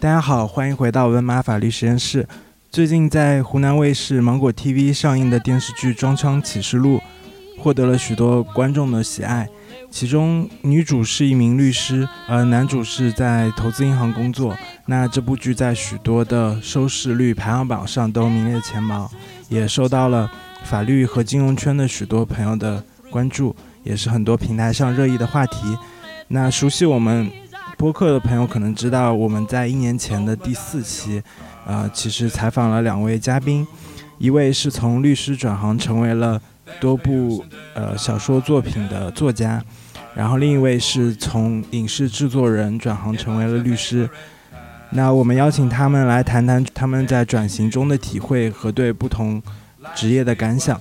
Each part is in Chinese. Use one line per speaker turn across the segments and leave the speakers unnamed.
大家好，欢迎回到文马法律实验室。最近在湖南卫视、芒果 TV 上映的电视剧《庄娼启示录》获得了许多观众的喜爱，其中女主是一名律师，而男主是在投资银行工作。那这部剧在许多的收视率排行榜上都名列前茅，也受到了法律和金融圈的许多朋友的关注，也是很多平台上热议的话题。那熟悉我们播客的朋友可能知道，我们在一年前的第四期，呃，其实采访了两位嘉宾，一位是从律师转行成为了多部呃小说作品的作家，然后另一位是从影视制作人转行成为了律师。那我们邀请他们来谈谈他们在转型中的体会和对不同职业的感想。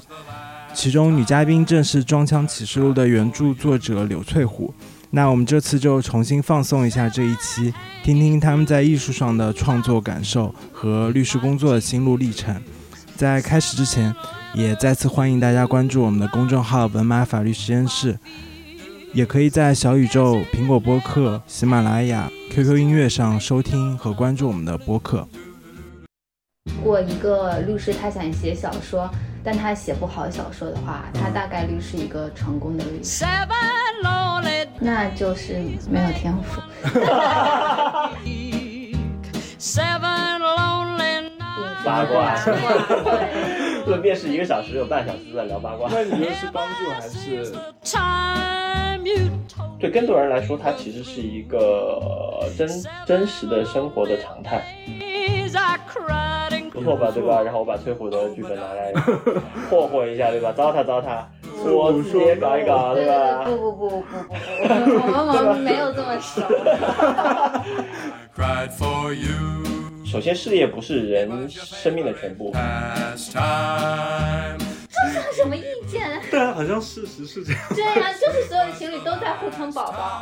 其中女嘉宾正是《装腔启示录》的原著作者柳翠虎。那我们这次就重新放送一下这一期，听听他们在艺术上的创作感受和律师工作的心路历程。在开始之前，也再次欢迎大家关注我们的公众号“文马法律实验室”，也可以在小宇宙、苹果播客、喜马拉雅、QQ 音乐上收听和关注我们的播客。
如果一个律师他想写小说，但他写不好小说的话，
嗯
他大概率是一个成功的律师，
Seven lonely
那就是没有天赋。
seven lonely nights.
八卦
八卦对
论辩是一个小时，有半小时在聊八卦。
那你又是帮助还是
Time you told
对更多人来说，它其实是一个呃真真实的生活的常态，
me I cried and
不错吧，对吧？然后我把崔虎的剧本拿来霍霍一下，对吧？糟蹋糟蹋，我自己也搞一搞，
对
对啊
对
吧？
对，不不不不不不，我们我们我们没有这么熟。
cried for you
首先，事业不是人生命的全部，
past time.
有什么意见？
对啊，好像事实是这样。
对啊，就是所有的情侣都在互坑宝宝。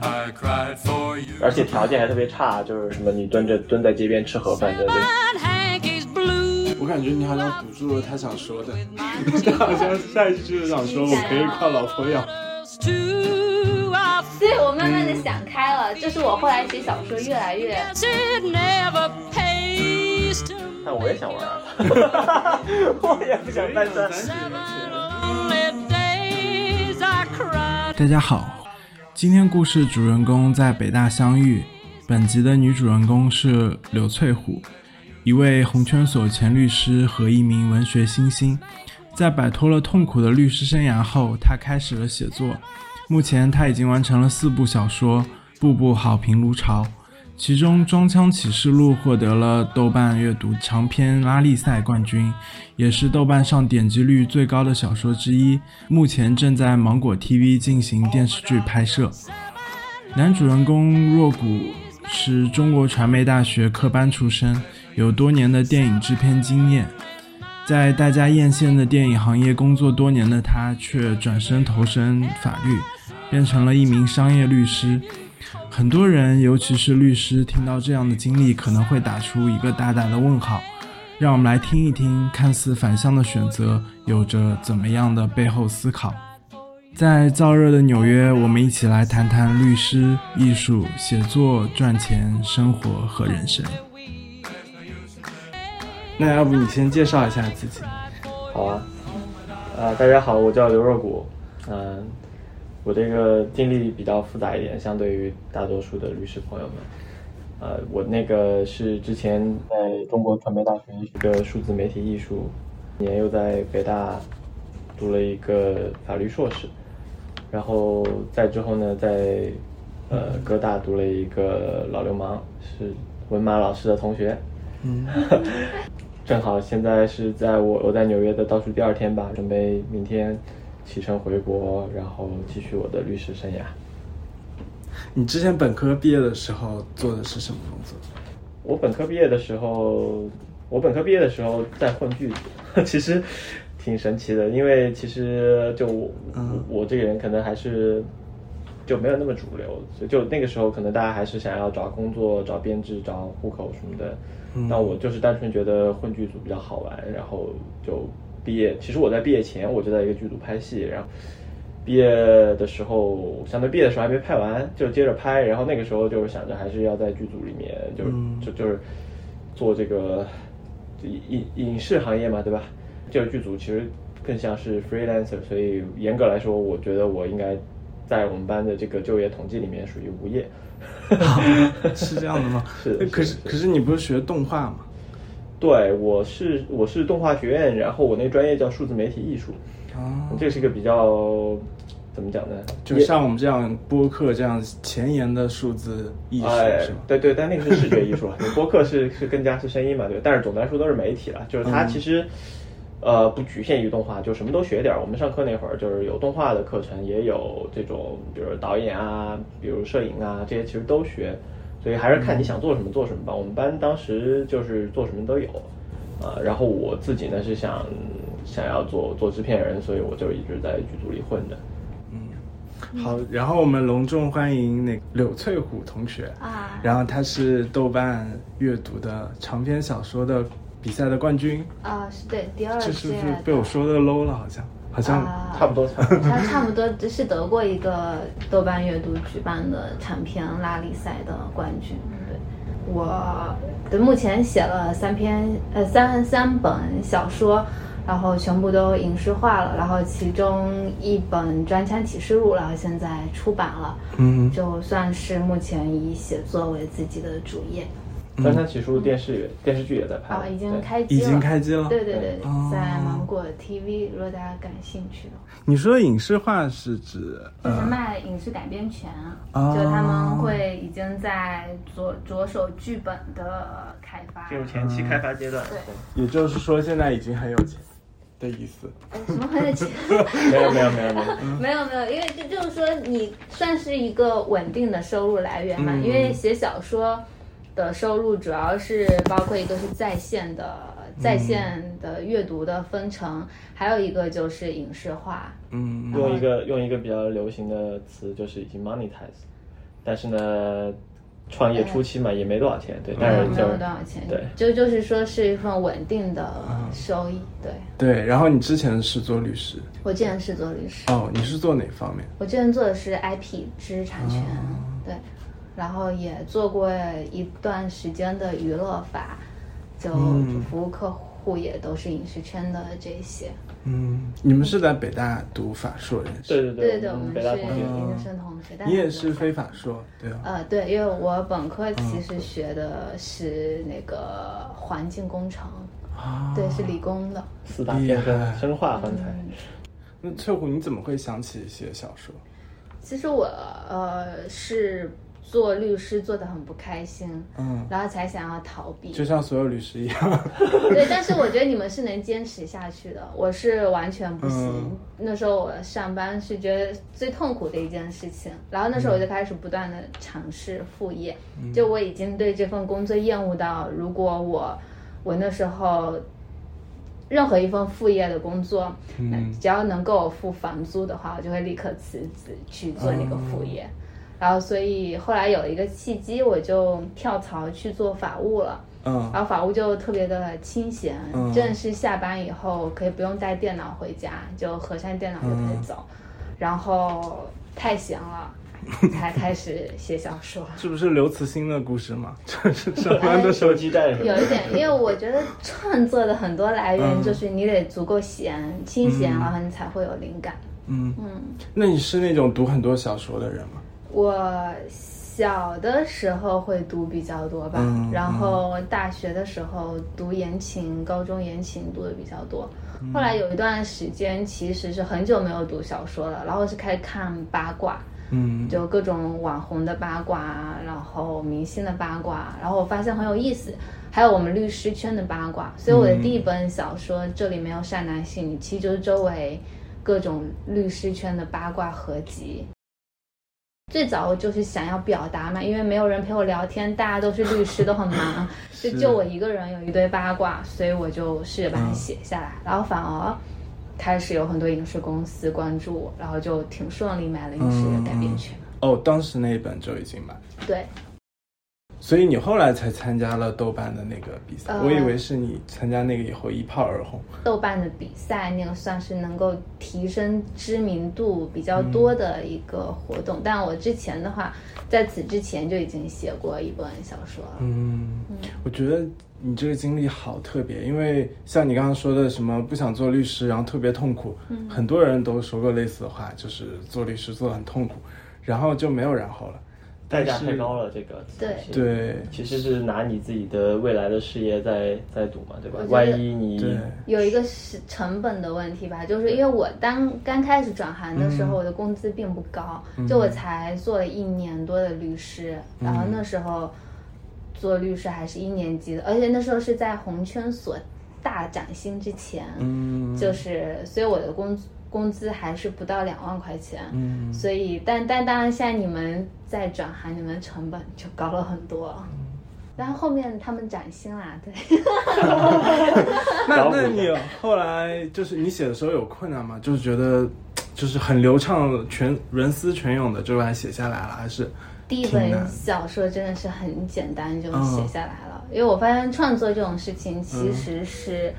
I cried for you.
而且条件还特别差，就是什么你蹲着蹲在街边吃盒饭，对不对？
hankies blue.
我感觉你好像捕捉了他想说的，他好像下一句就是想说我可以靠老婆养。
Those two I
所以我慢慢的想开了，
嗯
就是我后来写小说越来越
guess it never pays to
但我也想玩啊， 我也不想单身。
lonely days I cried.
大家好，今天故事主人公在北大相遇。本集的女主人公是柳翠虎，一位红圈所前律师和一名文学新星。在摆脱了痛苦的律师生涯后，她开始了写作。目前，她已经完成了四部小说，步步好评如潮。其中，《装腔启示录》获得了豆瓣阅读长篇拉力赛冠军，也是豆瓣上点击率最高的小说之一。目前正在芒果 TV 进行电视剧拍摄。男主人公若谷是中国传媒大学科班出身，有多年的电影制片经验。在大家艳羡的电影行业工作多年的他，却转身投身法律，变成了一名商业律师。很多人，尤其是律师，听到这样的经历，可能会打出一个大大的问号。让我们来听一听，看似反向的选择有着怎么样的背后思考。在燥热的纽约，我们一起来谈谈律师、艺术、写作、赚钱、生活和人生。那要不你先介绍一下自己？
好啊，啊、大家好，我叫刘若谷，嗯、我这个经历比较复杂一点，相对于大多数的律师朋友们。呃，我那个是之前在中国传媒大学学的数字媒体艺术，年又在北大读了一个法律硕士，然后在之后呢，在呃哥大读了一个老流氓，是文马老师的同学，正好现在是在我我在纽约的倒数第二天吧，准备明天启程回国，然后继续我的律师生涯。
你之前本科毕业的时候做的是什么工作？
我本科毕业的时候，我本科毕业的时候在混剧组， 其实挺神奇的，因为其实就我、我这个人可能还是就没有那么主流，所以就那个时候可能大家还是想要找工作、找编制、找户口什么的。那我就是单纯觉得混剧组比较好玩，然后就毕业。其实我在毕业前我就在一个剧组拍戏，然后。毕业的时候，相对毕业的时候还没拍完，就接着拍。然后那个时候就是想着还是要在剧组里面，就是、
嗯
就就是做这个影影视行业嘛，对吧？这个剧组其实更像是 freelancer，所以严格来说，我觉得我应该在我们班的这个就业统计里面属于无业。
是这样的吗？
是的
哎可是
是的是的
可是你不是学动画吗？
对，我是我是动画学院，然后我那个专业叫数字媒体艺术，
啊，
哦
这是一个比较怎么讲呢？
就像我们这样播客这样前沿的数字艺术
哎
是吗？
对对，但那个是视觉艺术，你播客是是更加是声音嘛，对。但是总的来说都是媒体了，就是
嗯
它其实、呃不局限于动画，就什么都学点儿。我们上课那会儿就是有动画的课程，也有这种比如导演啊，比如摄影啊这些其实都学，所以还是看你想做什么做什么吧。我们班当时就是做什么都有。啊、然后我自己呢是想想要做做制片人，所以我就一直在剧组里混着。
嗯
好，然后我们隆重欢迎那个柳翠虎同学
啊
然后他是豆瓣阅读的长篇小说的比赛的冠军，
啊，是对，第二
这
届
是不是被我说的 low 了？好像，好像，
啊
差不多，差不 多。
他差不多是得过一个豆瓣阅读举办的长篇拉力赛的冠军。对，我对目前写了三篇呃三三本小说，然后全部都影视化了，然后其中一本《专枪启示录》，然后现在出版了，
嗯，
就算是目前以写作为自己的主业
《三山奇书》电视也电视剧也在拍，
啊，已经
对
开机
已
了，
经开机了。
对对对，
哦
在芒果 TV，如果大家感兴趣的话。
你说的影视化是指，
就是
呃，
卖影视改编权，啊
哦
就他们会已经在着着手剧本的开发。
进入前期开发阶段。
对
也就是说现在已经很有钱的意思。
呃什么很有钱？
没有没有没有没有，
没有没有，因为就就是说你算是一个稳定的收入来源嘛，
嗯
因为写小说的收入主要是包括一个是在线的在线的阅读的分成，还有一个就是影视化。
嗯，
用一个用一个比较流行的词就是已经 monetize，但是呢，创业初期嘛也没多少钱，对，但
没
是
有嗯没
就
有
是
多少钱，
对
就就是说是一份稳定的收益。对
对。然后你之前是做律师，
我之前是做律师。
哦，你是做哪方面？
我之前做的是 IP 知识产权，
哦
对，然后也做过一段时间的娱乐法，就
嗯
服务客户也都是影视圈的这些。
嗯，你们是在北大读法硕人士，
对对
对对，
对，
我
我们
们
北
是
大同学
嗯
研究生同学，但
你也是非嗯法硕，对吧？
呃，对，因为我本科其实学的是那个环境工程，
啊，
对，是理工的。
四大天
厉害
坑，生化环材。
嗯
那翠虎，你怎么会想起写小说？
其实我呃是做律师做的很不开心，
嗯，
然后才想要逃避，
就像所有律师一样，
对，但是我觉得你们是能坚持下去的，我是完全不行。
嗯
那时候我上班是觉得最痛苦的一件事情，然后那时候我就开始不断的尝试副业，就我已经对这份工作厌恶到，如果我我那时候任何一份副业的工作，那只要能够我付房租的话，我就会立刻辞职去做那个副业。然后，所以后来有一个契机，我就跳槽去做法务了。
嗯，
然后法务就特别的清闲，
嗯
正式下班以后可以不用带电脑回家，就合上电脑就
嗯
可以走。然后太闲了，才开始写小说。
是不是刘慈欣的故事嘛？这 是 上班
哎
的时候
收，鸡蛋是吧？
有一点，因为我觉得创作的很多来源
嗯
就是你得足够闲、清闲，
嗯
然后你才会有灵感。
嗯，
嗯。
那你是那种读很多小说的人吗？
我小的时候会读比较多吧，
嗯
然后大学的时候读言情，高中言情读的比较多。后来有一段时间其实是很久没有读小说了，然后是开始看八卦，
嗯，
就各种网红的八卦啊，然后明星的八卦，然后我发现很有意思，还有我们律师圈的八卦。所以我的第一本小说《这里没有善男信女》，其实就是周围各种律师圈的八卦合集。最早我就是想要表达嘛，因为没有人陪我聊天，大家都是律师，都很忙，就是就我一个人有一堆八卦，所以我就试着把它写下来，然后反而开始有很多影视公司关注我，然后就挺顺利买了影视的改编权。
哦，当时那一本就已经买，
对，
所以你后来才参加了豆瓣的那个比赛，
呃
我以为是你参加那个以后一炮而红。
豆瓣的比赛，那个算是能够提升知名度比较多的一个活动。但我之前的话，在此之前就已经写过一本小说了。
嗯，我觉得你这个经历好特别，因为像你刚刚说的什么不想做律师，然后特别痛苦，很多人都说过类似的话，就是做律师做的很痛苦，然后就没有然后了。
代价
但是
太高了，这个
对
其实
对
其实是拿你自己的未来的事业在在赌嘛，对吧
我觉？得
万一你
对，
有一个是成本的问题吧，就是因为我当刚开始转行的时候，
嗯
我的工资并不高，就我才做了一年多的律师，然后那时候做律师还是一年级的，而且那时候是在红圈所大涨薪之前，
嗯，
就是所以我的工工资还是不到两万块钱，
嗯
所以但但当然现在你们在转行，你们成本就高了很多。
嗯
然后后面他们涨薪啦，对，
那那你后来就是你写的时候有困难吗？就是觉得就是很流畅，全文思泉涌的就把它写下来了，还是
第一
挺
本
难
小说真的是很简单就
嗯
写下来了，因为我发现创作这种事情其实是，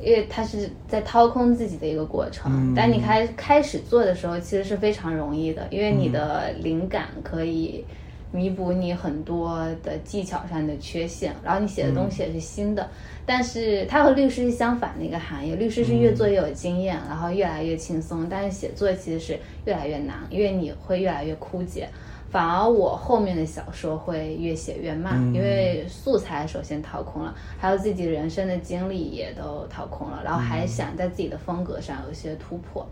因为它是在掏空自己的一个过程。
嗯
但你开开始做的时候，其实是非常容易的，因为你的
嗯
灵感可以弥补你很多的技巧上的缺陷，然后你写的东
嗯
西也是新的。但是它和律师是相反的一个行业，律师是越做越有经验，然后越来越轻松，但是写作其实是越来越难，因为你会越来越枯竭。反而我后面的小说会越写越慢，因为素材首先掏空了，还有自己人生的经历也都掏空了，然后还想在自己的风格上有一些突破，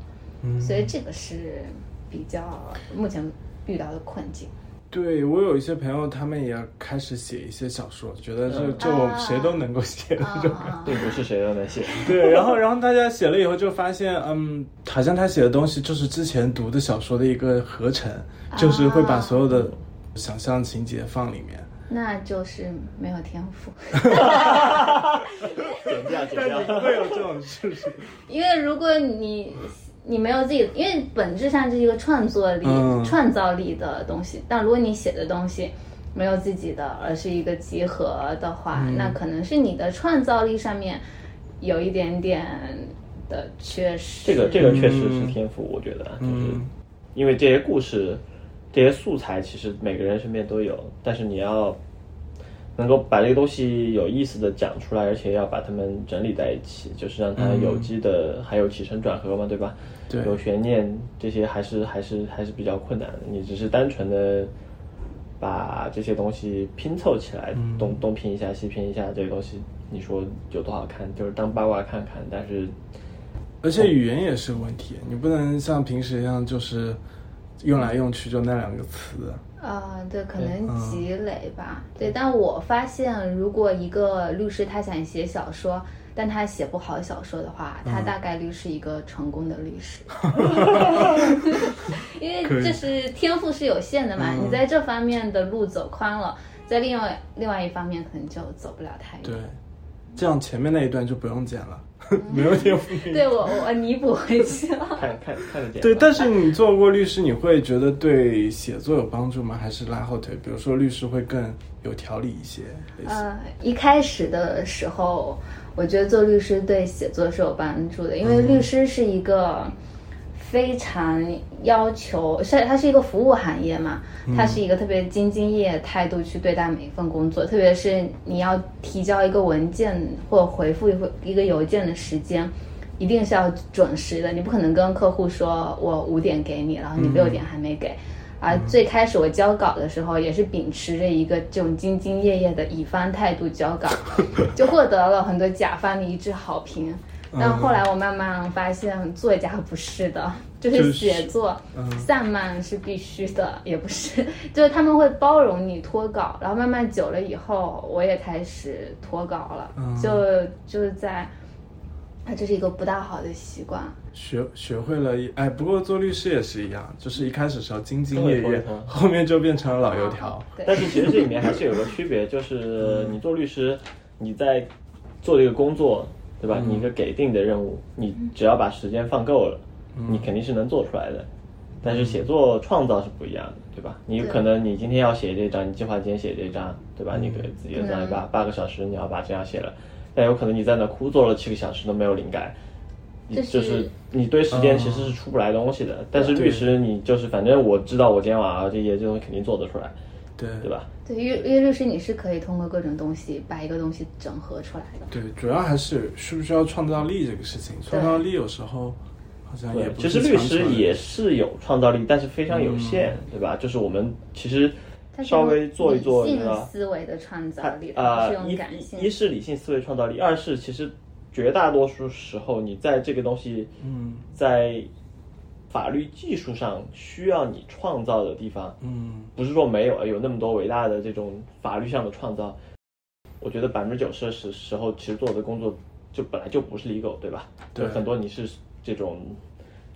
所以这个是比较目前遇到的困境。
对我有一些朋友，他们也开始写一些小说，觉得这
嗯
这我谁都能够写的这种感觉。
啊
并不是谁都能写。
对，然后然后大家写了以后就发现，嗯，好像他写的东西就是之前读的小说的一个合成，就是会把所有的想象情节放里面。
那就是没有天赋。
减掉，减掉。
会有这种事情，
因为如果你你没有自己，因为本质上这是一个创作力、
嗯
创造力的东西。但如果你写的东西没有自己的，而是一个集合的话，那可能是你的创造力上面有一点点的缺失。
这个这个确实是天赋，我觉得就是
嗯
因为这些故事、这些素材，其实每个人身边都有，但是你要能够把这个东西有意思的讲出来，而且要把它们整理在一起，就是让它有机的，还有起承转合嘛，对吧？
对
有悬念这些还是还是还是比较困难的。你只是单纯的把这些东西拼凑起来，
嗯
东东拼一下西拼一下，这个东西你说有多好看，就是当八卦看看，但是。
而且语言也是个问题，你不能像平时一样就是用来用去就那两个词。
啊、对，可能
嗯
积累吧。对，但我发现，如果一个律师他想写小说，但他写不好小说的话，他
嗯
大概率是一个成功的 律师，因
可以嗯
为这是天赋是有限的嘛。你在这方面的路走宽了，在另外另外一方面可能就走不了太远
对。，这样前面那一段就不用剪了，没有天赋。
对我，我我弥补回去了。
看看看得见吧。
对， 但是你做过律师，你会觉得对写作有帮助吗？还是拉后腿？比如说律师会更有条理一些，类似。
呃，一开始的时候，我觉得做律师对写作是有帮助的，因
嗯
为律师是一个非常要求，是它是一个服务行业嘛，
嗯
它是一个特别兢兢业业的态度去对待每一份工作，特别是你要提交一个文件或回复一份一个邮件的时间。一定是要准时的，你不可能跟客户说我五点给你，然后你六
嗯
点还没给，啊，最开始我交稿的时候，也是秉持着一个这种兢兢业业的乙方态度交稿，就获得了很多甲方的一致好评。但后来我慢慢发现，作家不是的，就
就是是
写作散漫是必须的，也不是， 就是他们会包容你脱稿，然后慢慢久了以后，我也开始脱稿了，就就是在，啊，这是一个不大好的习惯，
学学会了一，哎，不过做律师也是一样，就是一开始时候兢兢业
都会
业
头疼，
后面就变成了老油
啊
条。
对，
但是其实这里面还是有个区别，就是你做律师，你在做这个工作，对吧？你一个给定的任务，你只要把时间放够了，你肯定是能做出来的。但是写作创造是不一样的，对吧？你
对
可能你今天要写这章，你计划今天写这章，对吧？你给自己的
可
算
能
八八个小时，你要把这样写了，但有可能你在那枯坐了七个小时都没有灵感，你
这是
就是你对时间其实是出不来东西的。但是律师你就是反正我知道我今天晚上这些这东西肯定做得出来，
对
对吧？
对，因为因为律师你是可以通过各种东西把一个东西整合出来的。
对，主要还是需不需要创造力这个事情。创造力有时候好像也
对，
不
其
是
实律
强
师
求的嗯
也是有创造力，但是非常有限，对吧？就是我们其实稍微做一做，
理
你知道
性思维的创
它
造力，而
啊
不是，用
一
感性。
一是理性思维创造力，二是其实绝大多数时候你在这个东西，
嗯
在法律技术上需要你创造的地方，
嗯
不是说没有，有那么多伟大的这种法律上的创造，我觉得百分之九十的时时候，其实做的工作就本来就不是 legal，对吧？
对
就很多你是这种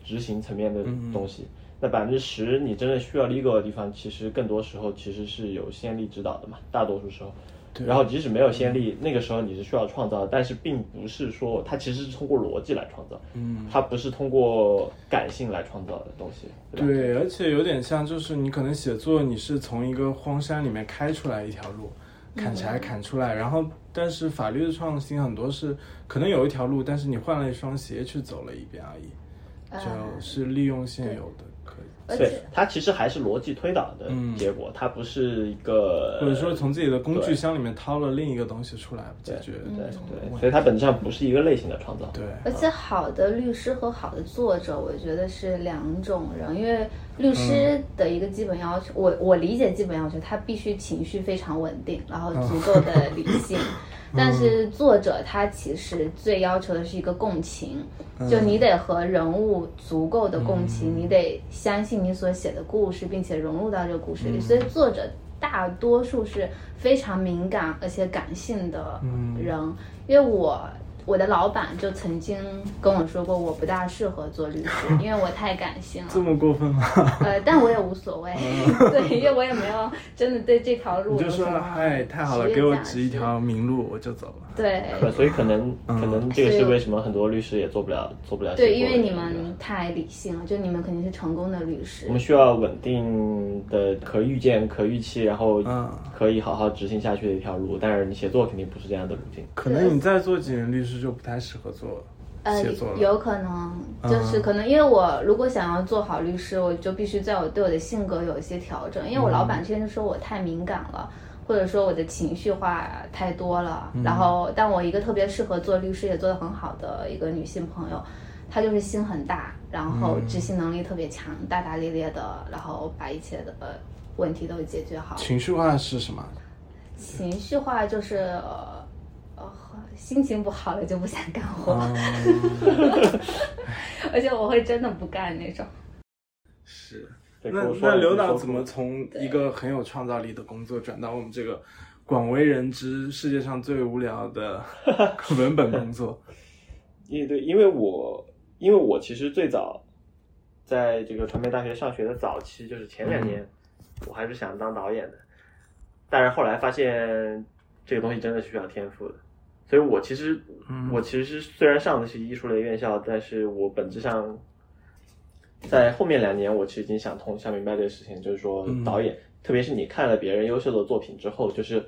执行层面的
嗯
东西。那百分之十你真的需要 legal 的地方，其实更多时候其实是有先例指导的嘛，大多数时候。
对
然后即使没有先例，那个时候你是需要创造的，但是并不是说它其实是通过逻辑来创造，
嗯，
它不是通过感性来创造的东西，对吧？
对，而且有点像，就是你可能写作，你是从一个荒山里面开出来一条路，砍柴砍出来，然后但是法律的创新很多是可能有一条路，但是你换了一双鞋去走了一遍而已，就是利用现有的可以，
而
对
且，
它其实还是逻辑推导的结果，它不是一个
嗯或者说从自己的工具
对
箱里面掏了另一个东西出来解决
对
同一个
对，
问
所
题。
以它本质上不是一个类型的创造。
对，
而且好的律师和好的作者，我觉得是两种人，因为律师的一个基本要求，我我理解基本要求，他必须情绪非常稳定，然后足够的理性。但是作者他其实最要求的是一个共情，就你得和人物足够的共情，你得相信你所写的故事，并且融入到这个故事里。所以作者大多数是非常敏感而且感性的人，因为我我的老板就曾经跟我说过，我不大适合做 律师，因为我太感性了。
这么过分吗？
呃，但我也无所谓， 对，因为我也没有真的对这条路
你就
有什
说
么
哎，太好了，
职业
给我
价
指一
值
条明路，我就走了。
对。
对，所以可能
嗯
可能这个
所以
是为什么很多律师也做不了做不了
对，
结
因
果
为
的
你
原因对
们
吧
太理性了，就你们肯定是成功的律师
我。们需要稳定的、可预见、可预期，然后
嗯
可以好好执行下去的一条路。但是你写作肯定不是这样的路径。
可能你再做几年律师就不太适合做
呃
写作，了。嗯
有可能就是可能，因为我如果想要做好律师，我就必须在我对我的性格有一些调整。因为我老板之前就说我太敏感了，
嗯
或者说我的情绪化太多了。然后，但我一个特别适合做律师也做得很好的一个女性朋友，她就是心很大，然后执行能力特别强，大大咧咧的，然后把一切的呃问题都解决好。
情绪化是什么？
情绪化就是呃呃心情不好了就不想干活，
哦 嗯
而且我会真的不干那种。
是。
对
那
跟我说
那
了
刘
跟我
导
说
怎么
过
从一个很有创造力的工作转到我们这个广为人知、世界上最无聊 的文本工作？
因对，因为我因为我其实最早在这个传媒大学上学的早期，就是前两年，我还是想当导演的，但是后来发现这个东西真的是需要天赋的，所以我其实、我其实虽然上的是艺术类院校，但是我本质上在后面两年，我其实已经想通想明白这个事情，就是说导演，特别是你看了别人优秀的作品之后，就是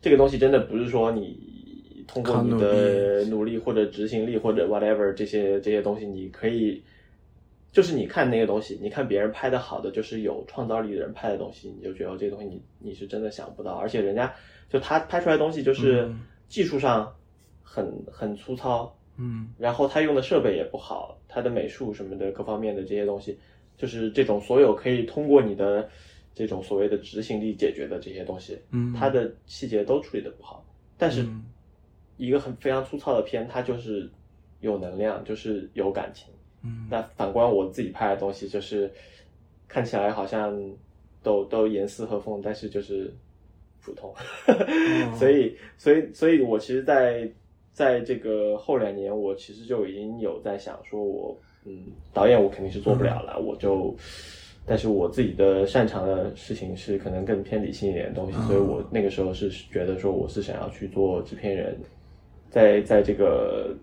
这个东西真的不是说你通过
靠
你
努
的呃努力或者执行力或者 whatever 这些这些东西，你可以。就是你看那个东西，你看别人拍的好的，就是有创造力的人拍的东西，你就觉得哦这个东西你你是真的想不到，而且人家就他拍出来的东西就是
嗯
技术上很很粗糙，
嗯
然后他用的设备也不好，他的美术什么的各方面的这些东西，就是这种所有可以通过你的这种所谓的执行力解决的这些东西，
嗯，
他的细节都处理的不好。但是
嗯
一个很非常粗糙的片，它就是有能量，就是有感情。
嗯
那反观我自己拍的东西，就是看起来好像都都严丝合缝，但是就是普通。 所以，所以，所以我其实在，在这个后两年，我其实就已经有在想说我，嗯，导演我肯定是做不了了，我就。但是我自己的擅长的事情是可能更偏理性一点的东西，所以我那个时候是觉得说我是想要去做制片人，在在这个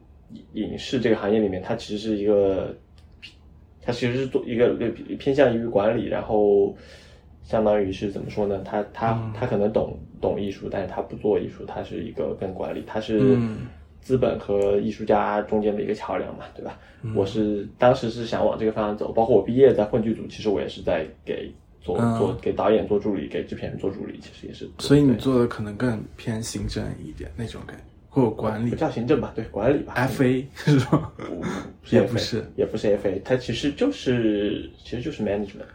影视这个行业里面，它其实是一个它其实是做一个呃偏向于管理，然后相当于是怎么说呢？他
嗯
他他可能懂懂艺术，但是他不做艺术，他是一个跟管理，他是
嗯
资本和艺术家中间的一个桥梁嘛，对吧？
嗯
我是当时是想往这个方向走，包括我毕业在混剧组，其实我也是在给做
嗯
做给导演做助理，给制片人做助理，其实也是。
所以你
对
做的可能更偏行政一点那种感觉，或者管理
不叫行政吧，对管理吧
FA 是吧？也不是
FA，也不是 FA，它其实就是其实就是 management，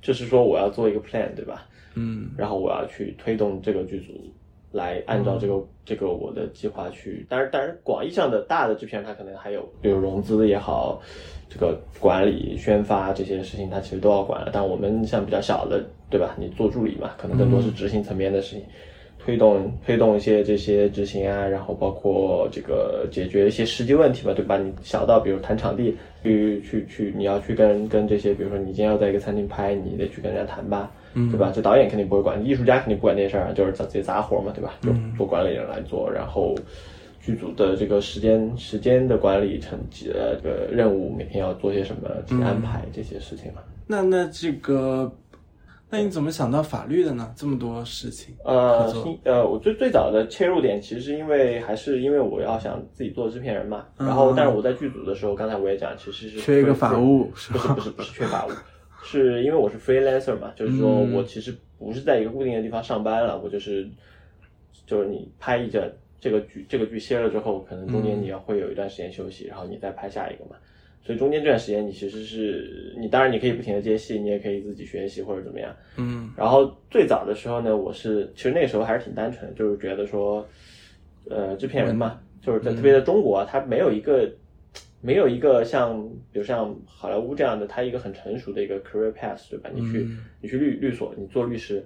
就是说我要做一个 plan，对吧？
嗯
然后我要去推动这个剧组来按照这个、
嗯
这个我的计划去。当然，当然，广义上的大的制片人他可能还有，比如融资也好，这个管理、宣发这些事情他其实都要管了。但我们像比较小的，对吧？你做助理嘛，可能更多
嗯
是执行层面的事情。推动推动一些这些执行啊，然后包括这个解决一些实际问题吧，对吧？你小到比如谈场地，去去去，你要去跟跟这些，比如说你今天要在一个餐厅拍，你得去跟人家谈吧，对吧？这导演肯定不会管，艺术家肯定不管这些事儿啊，就是自己杂活嘛，对吧？就做管理人来做，然后剧组的这个时间时间的管理成绩呃这个任务，每天要做些什么去安排这些事情嘛。啊
那那这个，那你怎么想到法律的呢？这么多事情，
呃，
合作
新呃，我最最早的切入点其实是因为还是因为我要想自己做制片人嘛，然后
嗯
但是我在剧组的时候，刚才我也讲，其实是
缺一个法务是
不是
吧
不是不是缺法务，是因为我是 freelancer 嘛，就是说
嗯
我其实不是在一个固定的地方上班了，我就是就是你拍一整这个剧，这个剧歇了之后，可能中
嗯
间你要会有一段时间休息，然后你再拍下一个嘛。所以中间这段时间，你其实是你当然你可以不停的接戏，你也可以自己学习或者怎么样，
嗯
然后最早的时候呢，我是其实那时候还是挺单纯的，就是觉得说，呃，制片人嘛，就是在特别在中国啊，他没有一个没有一个像比如像好莱坞这样的，他一个很成熟的一个 career path，对吧？你去、你去律律所，你做律师，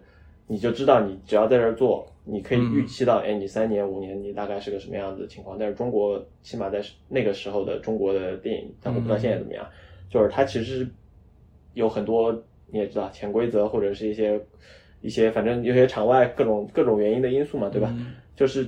你就知道你只要在这儿做，你可以预期到，哎，你三年五年你大概是个什么样子的情况。但是中国起码在那个时候的中国的电影，但我不知道现在怎么样，就是它其实有很多你也知道潜规则或者是一些一些反正有些场外各种各种原因的因素嘛，对吧？
嗯
就是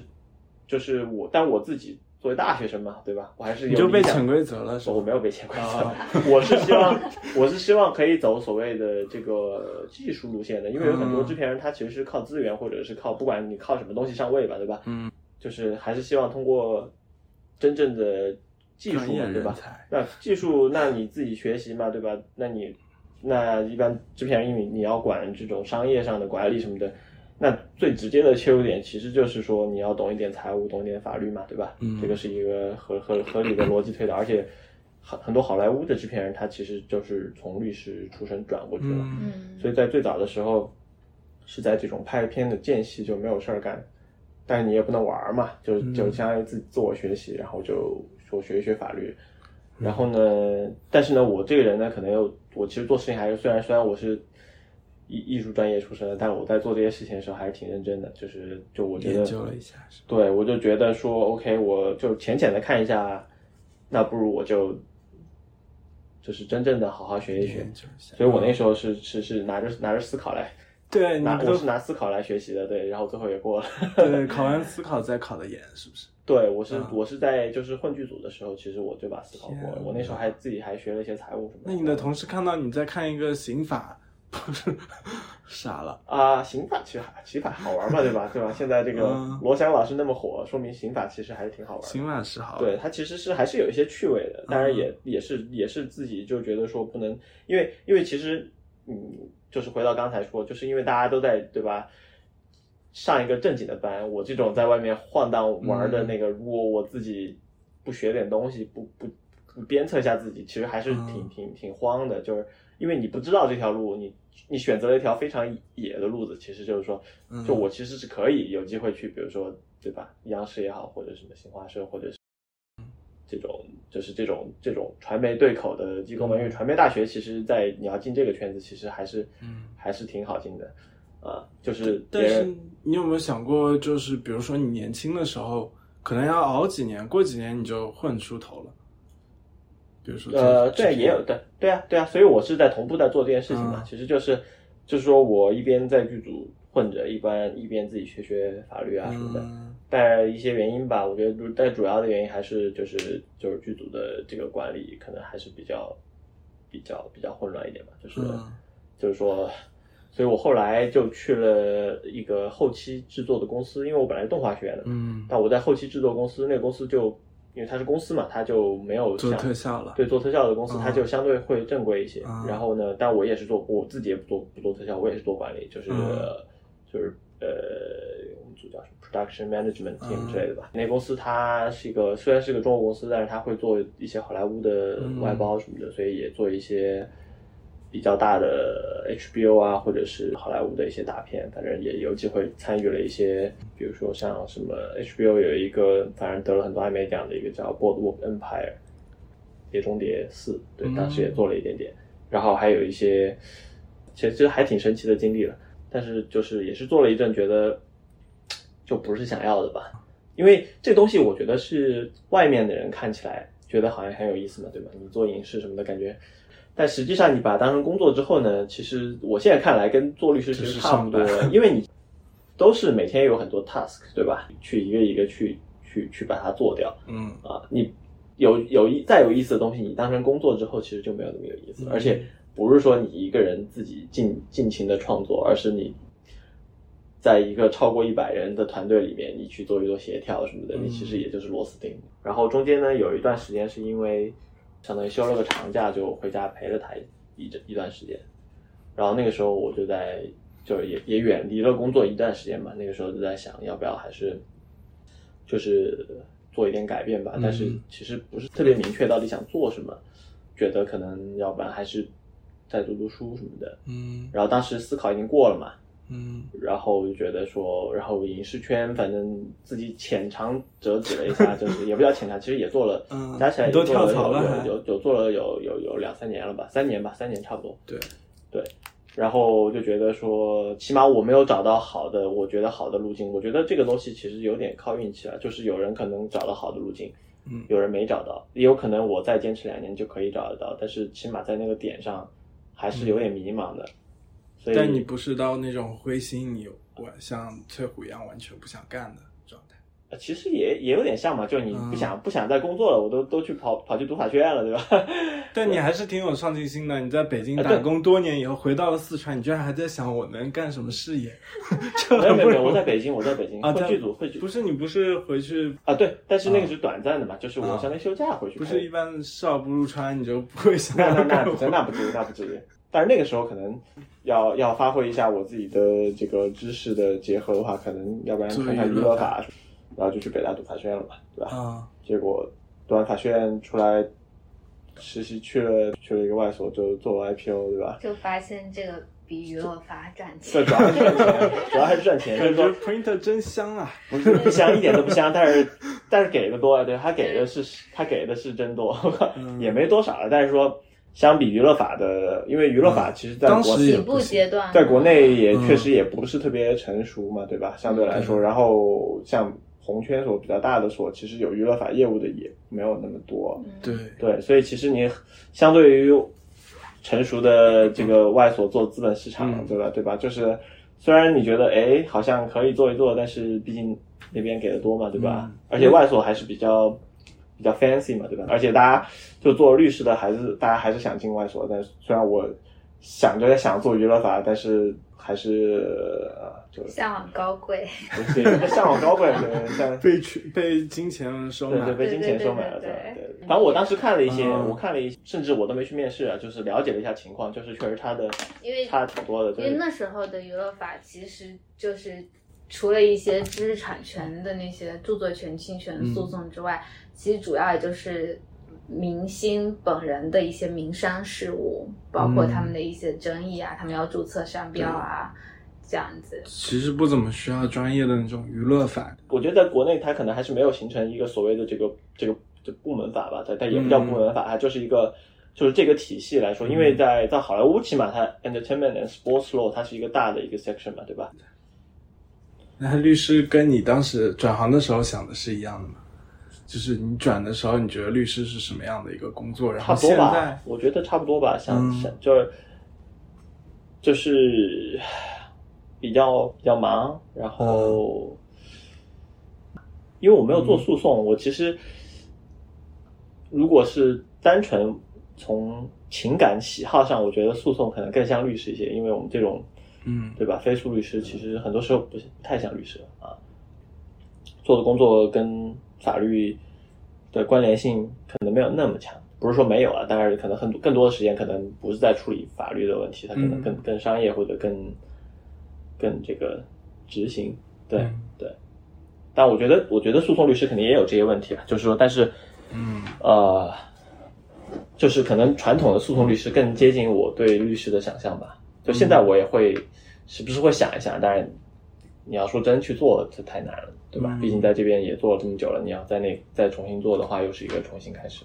就是我，但我自己作为大学生嘛，对吧？我还是有
你就被
理想
潜规则了是
我
吧？哦
没有被潜规则， 我是希望我是希望可以走所谓的这个技术路线的，因为有很多
嗯
制片人他其实是靠资源或者是靠不管你靠什么东西上位吧，对吧？
嗯，
就是还是希望通过真正的技术
专业
对
人
吧？
才，
那技术，那你自己学习嘛，对吧？那你那一般制片人，因为你要管这种商业上的管理什么的，那最直接的切入点其实就是说你要懂一点财务，懂一点法律嘛，对吧？
嗯
这个是一个合合合理的逻辑推导，而且很很多好莱坞的制片人他其实就是从律师出身转过去的嘛，
嗯
嗯，
所以在最早的时候是在这种拍片的间隙就没有事儿干，但是你也不能玩儿嘛，就
嗯
就相当于自己自我学习，然后就说学一学法律。
嗯
然后呢，但是呢，我这个人呢，可能又我其实做事情还是虽然虽然我是艺艺术专业出身的，但是我在做这些事情的时候还是挺认真的，就是就我觉得
研究了一下是吧，
对，我就觉得说，OK，我就浅浅的看一下，那不如我就就是真正的好好学一学
研。究一下，
所以我那时候是是是拿着拿着思考来
对，你
拿我
都
是拿思考来学习的，对，然后最后也过了。
对考完思考再考的研是不是？
对，我是、
嗯
我是在就是混剧组的时候，其实我就把思考过了。
天
我那时候还自己还学了一些财务什么
那你的同事看到你在看一个刑法，不是 傻了。
啊，刑法其实还刑法好玩嘛，对吧？对吧？现在这个
嗯
罗翔老师那么火，说明刑法其实还是挺好玩的。
刑法是好，
对，它其实是还是有一些趣味的，当然也、也是也是自己就觉得说不能，因为因为其实嗯，就是回到刚才说，就是因为大家都在对吧，上一个正经的班，我这种在外面晃荡玩儿的那个，如果我自己不学点东西，不不不鞭策一下自己，其实还是挺
嗯
挺挺慌的，就是因为你不知道这条路，你你选择了一条非常野的路子，其实就是说，
嗯
就我其实是可以有机会去，比如说对吧，央视也好，或者什么新华社，或者是
嗯
这种就是这种这种传媒对口的机构嘛，因为传媒大学其实在你要进这个圈子，其实还是
嗯
还是挺好进的啊，就是别
但是
人
你有没有想过，就是比如说你年轻的时候，可能要熬几年，过几年你就混出头了。比如说这，
呃，
这
对，也有对对啊对啊，所以我是在同步在做这件事情嘛，
嗯
其实就是就是说我一边在剧组混着，一般一边自己学学法律啊什么的。
嗯
但一些原因吧，我觉得主但主要的原因还是就是就是剧组的这个管理可能还是比较比较比较混乱一点吧，就是、
嗯
就是说，所以我后来就去了一个后期制作的公司，因为我本来是动画学院的嘛，
嗯，
但我在后期制作公司，那个公司就因为它是公司嘛，它就没有
做
像
特效了，
对做特效的公司，
嗯
它就相对会正规一些。
嗯
然后呢，但我也是做，我自己也不做不做特效，我也是做管理，就是、
嗯
就是呃，我们组叫什么 production management team
嗯
之类的吧。那公司它是一个虽然是个中国公司，但是它会做一些好莱坞的
嗯
外包什么的，所以也做一些。比较大的 HBO 啊，或者是好莱坞的一些大片，反正也有机会参与了一些，比如说像什么 HBO 有一个，反正得了很多艾美奖的一个叫《Boardwalk Empire》，《碟中谍四》，对，
嗯
当时也做了一点点，然后还有一些，其实还挺神奇的经历了，但是就是也是做了一阵，觉得就不是想要的吧，因为这东西我觉得是外面的人看起来觉得好像很有意思嘛，对吧？你做影视什么的感觉。但实际上，你把它当成工作之后呢，其实我现在看来跟做律师其
就是
实差不多
上， 班
因为你都是每天有很多 task，对吧？去一个一个去去去把它做掉。
嗯
啊，你有有意再有意思的东西，你当成工作之后，其实就没有那么有意思了。而且不是说你一个人自己尽尽情的创作，而是你在一个超过一百人的团队里面，你去做一做协调什么的，
嗯
你其实也就是螺丝钉。然后中间呢，有一段时间是因为相当于休了个长假，就回家陪了他一一一段时间。然后那个时候我就在，就是也也远离了工作一段时间嘛。那个时候就在想，要不要还是就是做一点改变吧。
嗯
但是其实不是特别明确到底想做什么，觉得可能要不然还是再读读书什么的。
嗯
然后当时思考已经过了嘛，
嗯
然后就觉得说，然后影视圈反正自己浅尝辄止了一下，就是 也不叫浅尝，其实也做了，
嗯
加起来也
你都
做了
跳槽了还
有有有做了有有有两三年了吧，三年吧，三年差不多。
对
对，然后就觉得说，起码我没有找到好的，我觉得好的路径。我觉得这个东西其实有点靠运气了，就是有人可能找到好的路径，
嗯
有人没找到，也有可能我再坚持两年就可以找得到，但是起码在那个点上还
嗯
是有点迷茫的。所以
但你不是到那种灰心，你我像翠虎一样完全不想干的状态。
呃其实也也有点像嘛，就你
嗯
不想、不想再工作了，我都都去跑跑去读法学院了，对呃吧？
但你还是挺有上进心的。你在北京打工多年以后，回到了四川，你居然还在想我能干什么事业，这
没有
很
没
不
有没有，
容
我
易
在北京，我在北京
啊
会
在
剧组会剧
不是你不是回去，
啊，对，但是那个是短暂的嘛，就是我
啊
相当于休假回去
不
拍。
是一般少不入川，你就不会想
那
要
那
干
那不
活
至于那不至于那不至于，但是那个时候可能要要发挥一下我自己的这个知识的结合的话，可能要不然看看娱乐法，然后就去北大读法学院了嘛，对吧？
啊！
结果读完法学院出来实习去了去了一个外所，就做 IPO，对吧？
就发现这个比娱乐法赚
这
钱
主。要还 是赚钱，主要还是赚钱，就
感
是
觉
说
printer 真香啊！
不是不香，一点都不香，但是但是给的多啊，对他给的是他给的是真多，
嗯
也没多少了，但是说相比娱乐法的，因为娱乐法其实在
嗯当
国
时也
起
不
步阶段，
在国内也
嗯
确实也不是特别成熟嘛，对吧？相对来说，然后像红圈所比较大的所，其实有娱乐法业务的也没有那么多，
嗯
对，
对，所以其实你相对于成熟的这个外所做资本市场，
嗯
对吧？对吧？就是虽然你觉得哎好像可以做一做，但是毕竟那边给的多嘛，对吧？
嗯
而且外所还是比较比较 fancy 嘛，对吧？而且大家就做律师的，还是大家还是想进外所，但是虽然我想着想做娱乐法，但是还是呃就是
向往高贵，
不是 也不向往高贵，对像
被取被金钱收
对对，
买，
被金钱收买了，
对对
对
对对
对。反正我当时看了一些，
嗯
我看了一些，甚至我都没去面试啊，就是了解了一下情况，就是确实差的
因为
差挺多的，就
因为
是
那时候的娱乐法其实就是除了一些知识产权的那些著作权侵权诉讼之外，
嗯
其实主要也就是明星本人的一些民商事务，包括他们的一些争议啊，他们要注册商标
嗯
啊，这样子。
其实不怎么需要专业的那种娱乐法。
我觉得在国内它可能还是没有形成一个所谓的这个这个这部门法吧，它它也不叫部门
嗯
法，它就是一个。就是这个体系来说，因为在在好莱坞起码它 entertainment and sports law 它是一个大的一个 section 嘛，对吧？
那律师跟你当时转行的时候想的是一样的吗？就是你转的时候，你觉得律师是什么样的一个工作？然后
差不多
现
吧
在，，
我觉得差不多吧，像
嗯
像就是就是比较比较忙，然后
嗯
因为我没有做诉讼，我其实如果是单纯从情感喜好上，我觉得诉讼可能更像律师一些，因为我们这种
嗯
对吧？非诉律师其实很多时候不是不太像律师啊，做的工作跟法律的关联性可能没有那么强，不是说没有啊，但是可能很多更多的时间可能不是在处理法律的问题，它可能
嗯
更更商业或者更更这个执行，对、
嗯
对。但我觉得，我觉得诉讼律师肯定也有这些问题啊，就是说，但是，
嗯，
呃，就是可能传统的诉讼律师更接近我对律师的想象吧。就现在我也会时不时会想一想，当然你要说真去做，这太难了，对吧？
嗯
毕竟在这边也做了这么久了，你要在那再重新做的话，又是一个重新开始。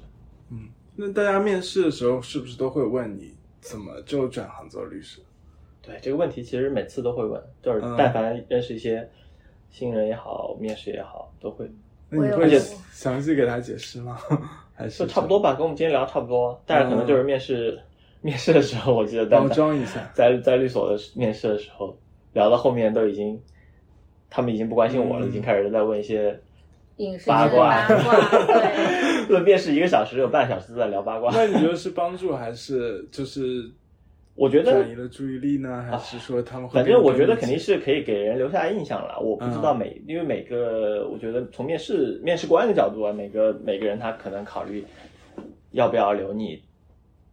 嗯那大家面试的时候是不是都会问你怎么就转行做律师？
对这个问题，其实每次都会问，就是
嗯
但凡认识一些新人也好，面试也好，都会
那你
我
会
有
详细给他解释吗？ 还是嗯
就差不多吧，跟我们今天聊差不多。但是可能就是面试、 面试的时候，我记得在
包装一下
在在律所的面试的时候，聊到后面都已经，他们已经不关心我了，
嗯
已经开始在问一些。
影视圈
八
的八
卦
卦，对。
论面试一个小时，有半小时都在聊八卦。
那你觉得是帮助还是就是
我觉得啊
转移了注意力呢，还是说他们会
反
变
正
得更理解？
我觉得肯定是可以给人留下印象了。我不知
嗯
道每，因为每个我觉得从面试面试官的角度啊，每个每个人他可能考虑要不要留你，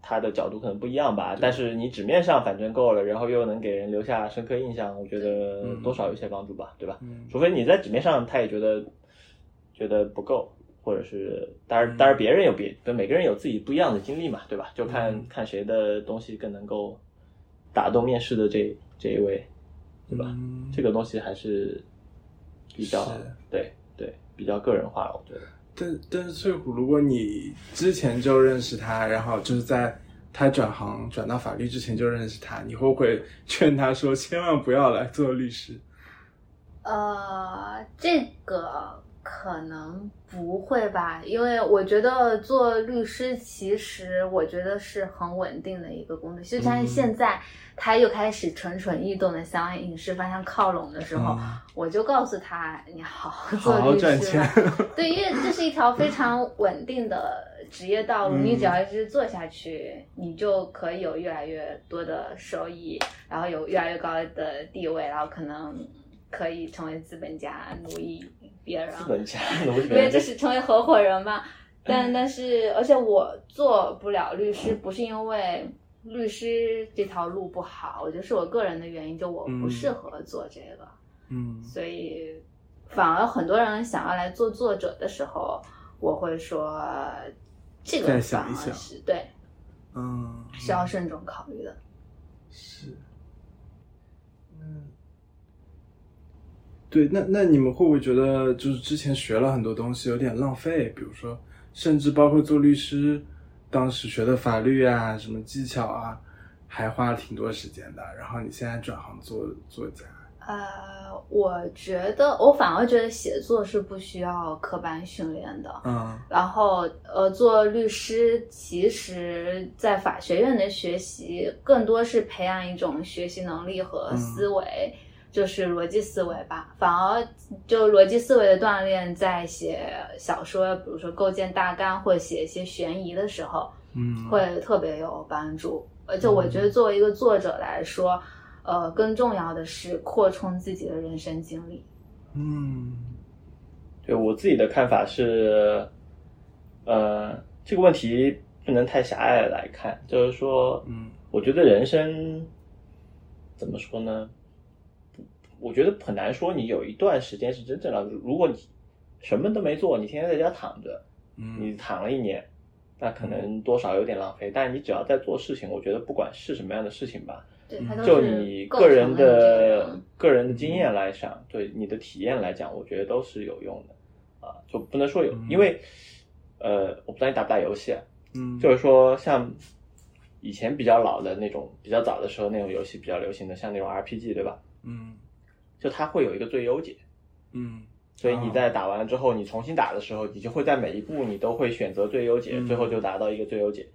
他的角度可能不一样吧。但是你纸面上反正够了，然后又能给人留下深刻印象，我觉得
嗯
多少有些帮助吧，对吧？
嗯
除非你在纸面上他也觉得觉得不够，或者是当
嗯
然当然别人有别，每个人有自己不一样的经历嘛，对吧？就看、
嗯
看谁的东西更能够打动面试的这这一位，对吧？
嗯
这个东西还是比较
是
对对比较个人化了，我觉得。
但但是翠虎，如果你之前就认识他，然后就是在他转行转到法律之前就认识他，你会不会 劝他说千万不要来做律师？
呃，这个可能不会吧，因为我觉得做律师其实我觉得是很稳定的一个工作，就像现在他又开始蠢蠢欲动的向影视方向靠拢的时候，我就告诉他你好好
嗯好好
嗯做律
赚
师啊
钱
吧，对，因为这是一条非常稳定的职业道路，
嗯
你只要一直做下去，你就可以有越来越多的收益，然后有越来越高的地位，然后可能可以成为资本家，奴役别人
资，本家，嗯我
啊
觉
因为
得
这是成为合伙人嘛。但但是，而且我做不了律师，不是因为律师这条路不好，我觉得是我个人的原因，就我不
嗯
适合做这个。
嗯
所以反而很多人想要来做作者的时候，我会说这个
再想
反而
一想
是对
嗯，
是要慎重考虑的。
是，嗯，对，那那你们会不会觉得就是之前学了很多东西有点浪费？比如说，甚至包括做律师，当时学的法律啊，什么技巧啊，还花了挺多时间的。然后你现在转行做作家，
呃，我觉得我反而觉得写作是不需要科班训练的。
嗯
然后，呃，做律师其实，在法学院的学习更多是培养一种学习能力和
嗯
思维，就是逻辑思维吧。反而就逻辑思维的锻炼，在写小说，比如说构建大纲或者写一些悬疑的时候，
嗯，
会特别有帮助。而且
嗯
我觉得，作为一个作者来说，呃，更重要的是扩充自己的人生经历。
嗯
对我自己的看法是，呃，这个问题不能太狭隘地来看，就是说，
嗯
我觉得人生怎么说呢？我觉得很难说你有一段时间是真正的。如果你什么都没做，你天天在家躺着，你
嗯
躺了一年，那可能多少有点浪费。但你只要在做事情，我觉得不管是什么样的事情吧，
对，它都
嗯就是你
构
个
成
人
了你这个人
的个人的经验来讲，对你的体验来讲，我觉得都是有用的啊，就不能说有，因为呃，我不知道你打不打游戏啊，
嗯，
就是说像以前比较老的那种，比较早的时候那种游戏比较流行的，像那种 RPG 对吧？
嗯
就它会有一个最优解，
嗯
所以你在打完了之后，你重新打的时候，你就会在每一步你都会选择最优解，
嗯
最后就达到一个最优解。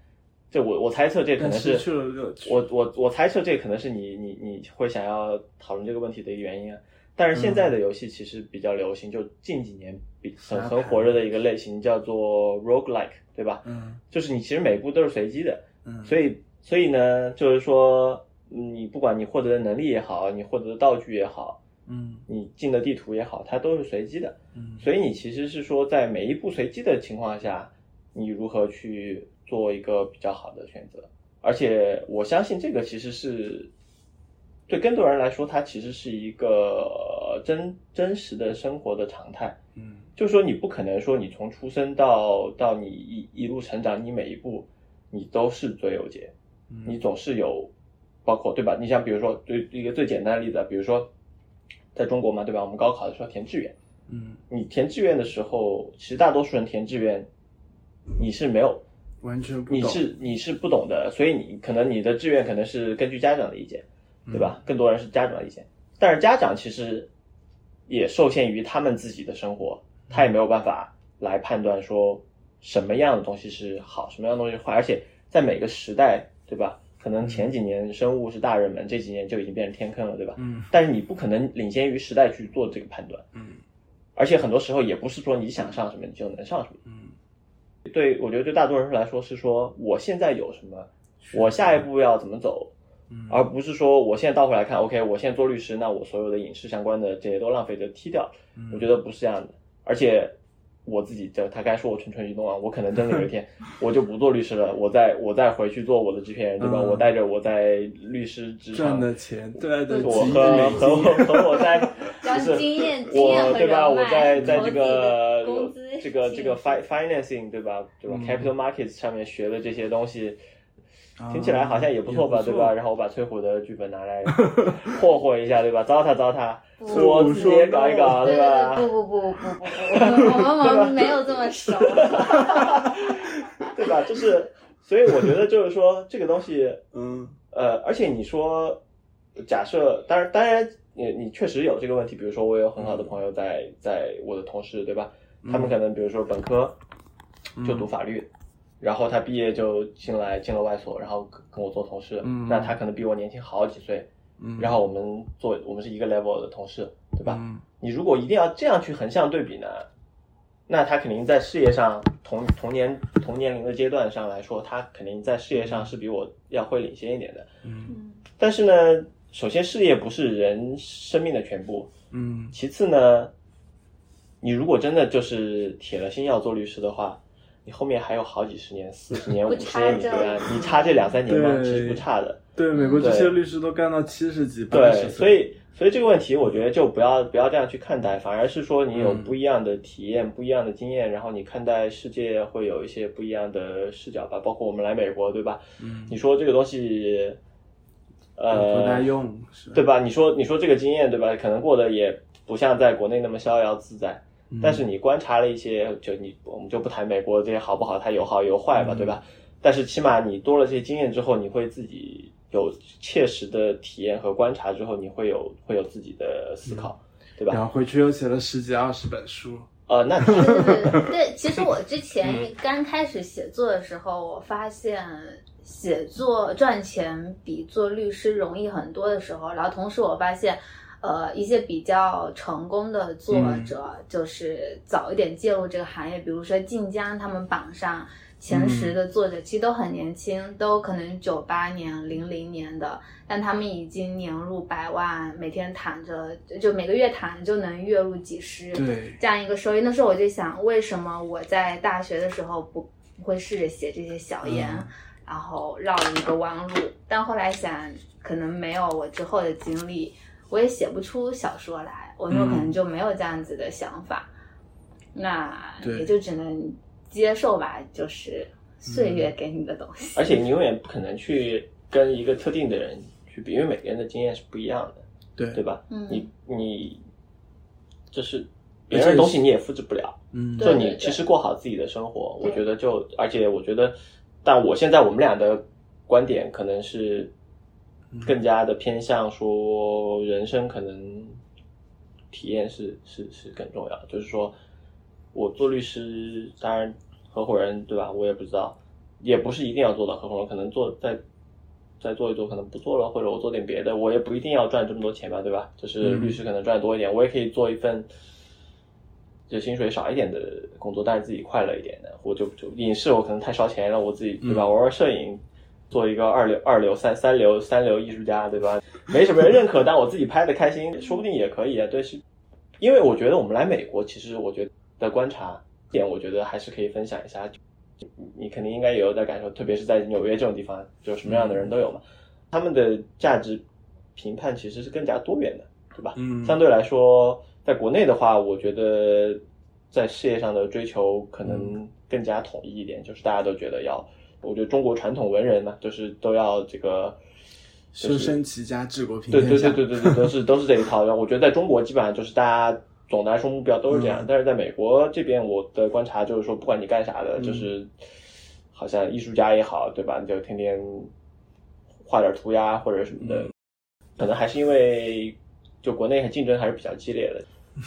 这我我猜测这可能是
但失去了乐趣
我我我猜测这可能是你你你会想要讨论这个问题的一个原因啊。但是现在的游戏其实比较流行，就近几年比很
嗯沙
很
盘啊
火热的一个类型叫做 roguelike，对吧？
嗯
就是你其实每步都是随机的，
嗯，
所以，所以呢，就是说，嗯你不管你获得的能力也好，你获得的道具也好，
嗯
你进的地图也好，它都是随机的。
嗯，
所以你其实是说，在每一步随机的情况下，你如何去做一个比较好的选择？而且我相信这个其实是对更多人来说，它其实是一个呃真真实的生活的常态。
嗯
就是说你不可能说你从出生到到你一一路成长，你每一步你都是最有节，
嗯
你总是有，包括对吧？你像比如说最一个最简单的例子啊，比如说在中国嘛，对吧？我们高考的时候填志愿，
嗯，
你填志愿的时候，其实大多数人填志愿你是没有，
完全不
你
懂，
是你是不懂的，所以你可能你的志愿可能是根据家长的意见，
嗯
对吧？？更多人是家长的意见，但是家长其实也受限于他们自己的生活，他也没有办法来判断说什么样的东西是好，什么样的东西是坏，而且在每个时代，对吧？可能前几年生物是大热门，这几年就已经变成天坑了，对吧？
嗯
但是你不可能领先于时代去做这个判断，
嗯
而且很多时候也不是说你想上什么你就能上什么。
嗯，
对我觉得对大多数人来说是说我现在有什么，我下一步要怎么走，
嗯
而不是说我现在倒回来看，OK，我现在做律师，那我所有的影视相关的这些都浪费着踢掉。
嗯
我觉得不是这样的，而且我自己就他该说我蠢蠢欲动啊，我可能真的有一 天我就不做律师了，我再我再回去做我的制片人，对吧？
嗯
我带着我在律师职
赚
场
的钱，对的，
我
几亿
和
美
和我
金，
和我在
然
就
后
是
经验经验
我
和
对吧？
人
我
脉
在在
投
这
资的
个
工资
这个这个
进
fi- financing 对吧？对吧
嗯
？capital markets 上面学的这些东西，听起来好啊像也不错吧，对吧？然后我把崔虎的剧本拿来 霍霍一下，对吧？糟蹋糟蹋，
不
崔虎
我自己也搞一搞，
对
吧？
对，不不不不不不， 我们我们没有这么 熟。
对吧？就是，所以我觉得就是说这个东西，
嗯
呃，而且你说，假设，当然，当然，你你确实有这个问题。比如说，我有很好的朋友在在我的同事，对吧？他
嗯
们可能比如说本科就读法律，然后他毕业就进来进了外所，然后跟跟我做同事。
嗯
那他可能比我年轻好几岁，
嗯，
然后我们做我们是一个 level 的同事，对吧？
嗯
你如果一定要这样去横向对比呢，那他肯定在事业上同同年同年龄的阶段上来说，他肯定在事业上是比我要会领先一点的。
嗯
但是呢，首先事业不是人生命的全部，
嗯
其次呢，你如果真的就是铁了心要做律师的话，你后面还有好几十年、四十年、
不
五十年，你
差
对
这
吧？你差这两三年嘛，
对
其实不差的。
对，美国这些
对
律师都干到七十几、八
对，
十岁，
所以所以这个问题，我觉得就不要不要这样去看待，反而是说你有
嗯
不一样的体验、不一样的经验，然后你看待世界会有一些不一样的视角吧。包括我们来美国，对吧？
嗯
你说这个东西，
不耐
呃，
用是吧
对？吧？你说你说这个经验，对吧？可能过得也不像在国内那么逍遥自在，
嗯
但是你观察了一些，就你我们就不谈美国这些好不好，它有好有坏吧，
嗯
对吧？但是起码你多了这些经验之后，你会自己有切实的体验和观察之后，你会有会有自己的思考，对
嗯然
吧？
后回去又写了十几二十本书，
呃，那
对对对对，其实我之前刚开始写作的时候，我发现写作赚钱比做律师容易很多的时候，然后同时我发现。呃，一些比较成功的作者，就是早一点介入这个行业，比如说晋江，他们榜上前十的作者，其实都很年轻，都可能九八年、零零年的，但他们已经年入百万，每天躺着就每个月躺着就能月入几十，
对，
这样一个收益。那时候我就想，为什么我在大学的时候不不会试着写这些小言，
嗯
然后绕一个弯路？但后来想，可能没有我之后的经历，我也写不出小说来，我就
嗯
可能就没有这样子的想法，那
对
也就只能接受吧，就是岁
嗯
月给你的东西。
而且你永远不可能去跟一个特定的人去比，因为每个人的经验是不一样的。
对
对吧？
嗯
你你就是
而且
别人的东西你也复制不了，
嗯，
对
就你其实过好自己的生活，
对
我觉得就而且我觉得，但我现在我们俩的观点可能是
嗯
更加的偏向说人生可能体验是是是更重要的，就是说我做律师，当然合伙人对吧？我也不知道，也不是一定要做到合伙人，可能做再再做一做，可能不做了，或者我做点别的，我也不一定要赚这么多钱吧，对吧？就是
嗯
律师可能赚多一点，我也可以做一份就薪水少一点的工作，但是自己快乐一点的。我就就影视我可能太烧钱了，我自己对吧？
嗯
我玩摄影，做一个二流、二流、三三流、三流艺术家，对吧？没什么人认可，但我自己拍的开心，说不定也可以啊。对，是因为我觉得我们来美国，其实我觉得的观察点，我觉得还是可以分享一下。你你肯定应该也有在感受，特别是在纽约这种地方，就什么样的人都有嘛。他们的价值评判其实是更加多元的，对吧？
嗯
相对来说，在国内的话，我觉得在事业上的追求可
嗯
能更加统一一点，就是大家都觉得要，我觉得中国传统文人嘛，就是都要这个。
修身齐家治国平
对
天
对
下，
对对对对，都是都是这一套。然后我觉得在中国基本上就是大家总的来说目标都是这样，
嗯
但是在美国这边，我的观察就是说，不管你干啥的，
嗯
就是好像艺术家也好，对吧？你就天天画点涂鸦或者什么的，
嗯
可能还是因为就国内竞争还是比较激烈的。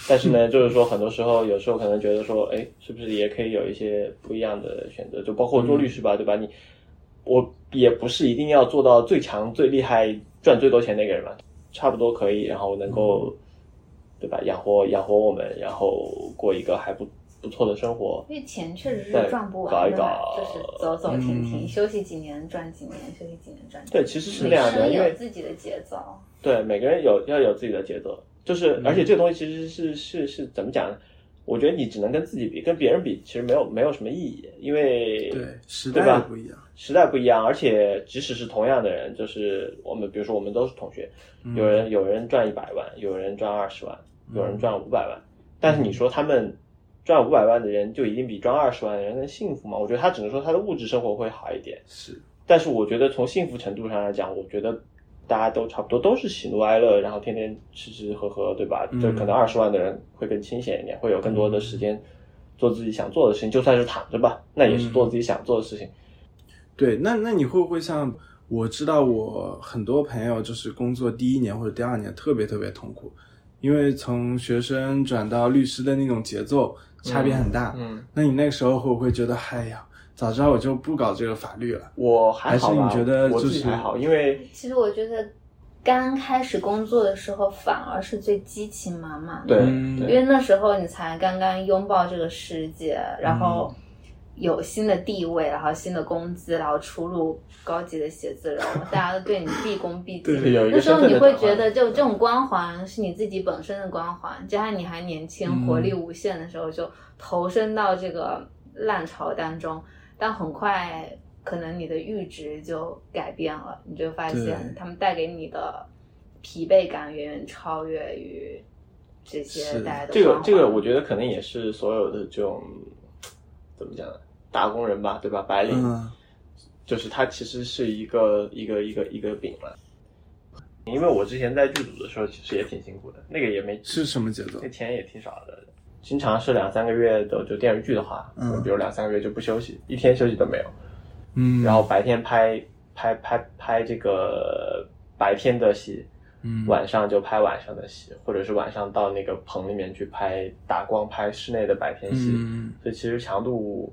但是呢，就是说，很多时候，有时候可能觉得说，哎，是不是也可以有一些不一样的选择？就包括做律师吧，对吧？你我也不是一定要做到最强、最厉害、赚最多钱那个人嘛，差不多可以，然后能够，对吧？养活养活我们，然后过一个还不不错的生活。
因为钱确实
对
是赚不完的嘛，
搞一搞
就是走走停停，
嗯
休息几年赚几年，休息几年赚几年。
对，其实是这样的，
每
因
个人
为
有自己的节奏，
对，每个人有要有自己的节奏，就是而且这个东西其实是是是怎么讲呢？我觉得你只能跟自己比，跟别人比，其实没有没有什么意义，因为
对时
对
代
吧
也不一样，
时代不一样，而且即使是同样的人，就是我们比如说我们都是同学，
嗯
有人有人赚一百万，有人赚二十万，
嗯
有人赚五百万，但是你说他们赚五百万的人就一定比赚二十万的人更幸福吗？我觉得他只能说他的物质生活会好一点，
是
但是我觉得从幸福程度上来讲，我觉得大家都差不多，都是喜怒哀乐，然后天天吃吃喝喝，对吧？
嗯
就可能二十万的人会更清闲一点，会有更多的时间做自己想
嗯
做的事情，就算是躺着吧，那也是做自己想做的事情。
对，那那你会不会像我知道我很多朋友就是工作第一年或者第二年特别特别痛苦，因为从学生转到律师的那种节奏差别很大。
嗯，
那你那个时候会不会觉得，哎呀，早知道我就不搞这个法律了？
我还好吧，
还是你觉得
我
就
自己
是
还好，因为
其实我觉得刚开始工作的时候，反而是最激情满满的。
对、
嗯
因
对，
为那时候你才刚刚拥抱这个世界，然后
嗯
有新的地位，然后新的工资，然后出入高级的写字楼，大家都对你毕恭毕敬。
对
有一
那
个
时
身
候
份
你
的
会
转
觉
换
得，就这种光环是你自己本身的光环，加上你还年轻、活力
嗯
无限的时候，就投身到这个浪潮当中。但很快，可能你的阈值就改变了，你就发
对
现他们带给你的疲惫感远远超越于这些
是
大家的
这个
光环
这个，我觉得可能也是所有的这种怎么讲呢，打工人吧，对吧？白领，
嗯，
就是它其实是一个一个一个一个饼了。因为我之前在剧组的时候，其实也挺辛苦的，那个也没
是什么节奏
那？钱也挺少的，经常是两三个月的，就电视剧的话，
嗯
比如两三个月就不休息，一天休息都没有，
嗯，
然后白天拍拍拍拍这个白天的戏，
嗯
晚上就拍晚上的戏，或者是晚上到那个棚里面去拍打光拍室内的白天戏，
嗯，
所以其实强度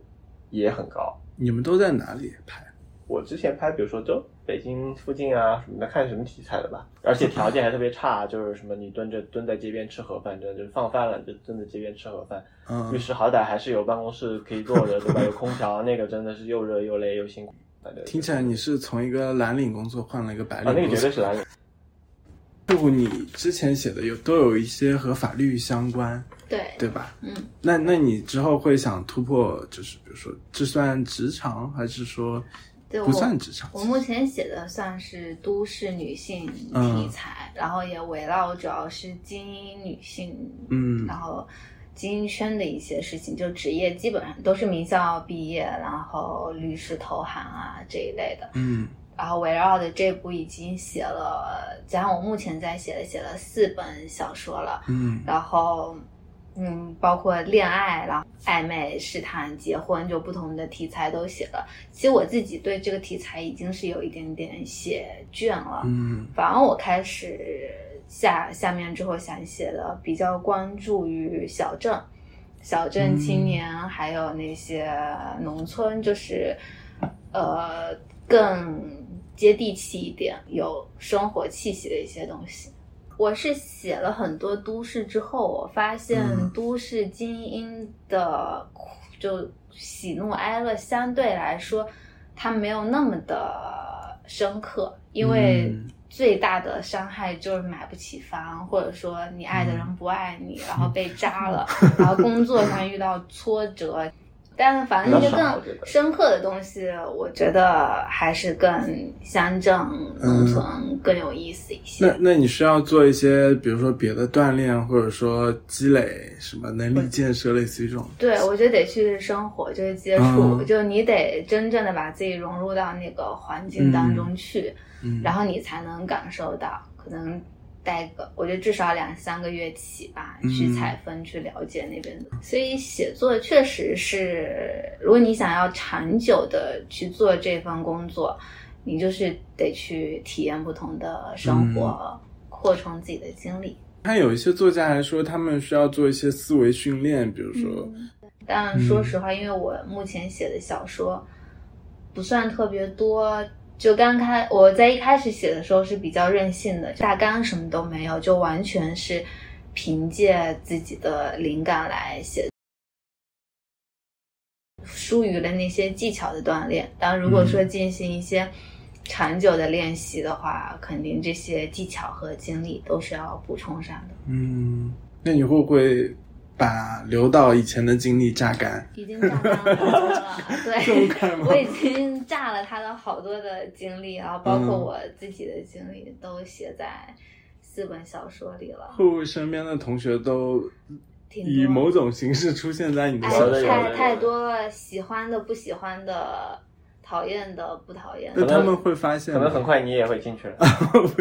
也很高。
你们都在哪里拍？
我之前拍，比如说都北京附近啊什么的，看什么题材的吧，而且条件还特 别差，就是什么你蹲着蹲在街边吃盒饭，真的就是放饭了你就蹲在街边吃盒饭。
嗯
律，师好歹还是有办公室可以坐着，对吧？有空调，那个真的是又热又累又辛苦。反正
听起来你是从一个蓝领工作换了一个白
啊，那
领
个
工作
绝对。是 蓝领。
对不？你之前写的有都有一些和法律相关，
对
对吧？
嗯，
那那你之后会想突破，就是比如说，这算职场还是说
对
不算职场？
我目前写的算是都市女性
嗯
题材，然后也围绕主要是精英女性，
嗯
然后精英圈的一些事情，就职业基本上都是名校毕业，然后律师投行啊这一类的。
嗯
然后围绕着这部已经写了，加上我目前在写的写了四本小说了，
嗯
然后，嗯，包括恋爱，然后暧昧、试探、结婚，就不同的题材都写了。其实我自己对这个题材已经是有一点点写倦了，
嗯
反而我开始下下面之后想写的比较关注于小镇、小镇青年，还有那些农村，就是呃更接地气一点、有生活气息的一些东西。我是写了很多都市之后，我发现
嗯
都市精英的苦就喜怒哀乐相对来说，它没有那么的深刻，因为最大的伤害就是买不起房，或者说你爱的人不爱你，然后被渣了， 然后工作上遇到挫折。但反正那些
比较少我
更
觉得
深刻的东西，我觉得还是更乡镇、农村更有意思一些。
那那你需要做一些，比如说别的锻炼，或者说积累什么能力建设，类似于这种。
对，我觉得得去生活，就是接触，
嗯
就你得真正的把自己融入到那个环境当中去，
嗯，
然后你才能感受到。可能待个，我觉得至少两三个月起吧，去
嗯
采风，去了解那边的。所以写作确实是，如果你想要长久的去做这份工作，你就是得去体验不同的
嗯
生活，扩充自己的经历。
看有一些作家还说，他们需要做一些思维训练，比如说，
但说实话，因为我目前写的小说不算特别多，就刚开我在一开始写的时候是比较任性的，大纲什么都没有，就完全是凭借自己的灵感来写。疏于了那些技巧的锻炼，当然如果说进行一些长久的练习的话，肯定这些技巧和精力都是要补充上的。
嗯，那你会不会把刘导以前的经历榨干？
已经榨干了他 了，
这
对
么快吗，
我已经榨了他的好多的经历，然后包括我自己的经历都写在四本小说里了，
会不会身边的同学都
挺多
以某种形式出现在你的
哎
小
有的有的有
太
的
太多了，喜欢的不喜欢的，讨厌的不讨厌
那
可
他
能
的，
们会发现
可
吗，
能很快你也会进去了。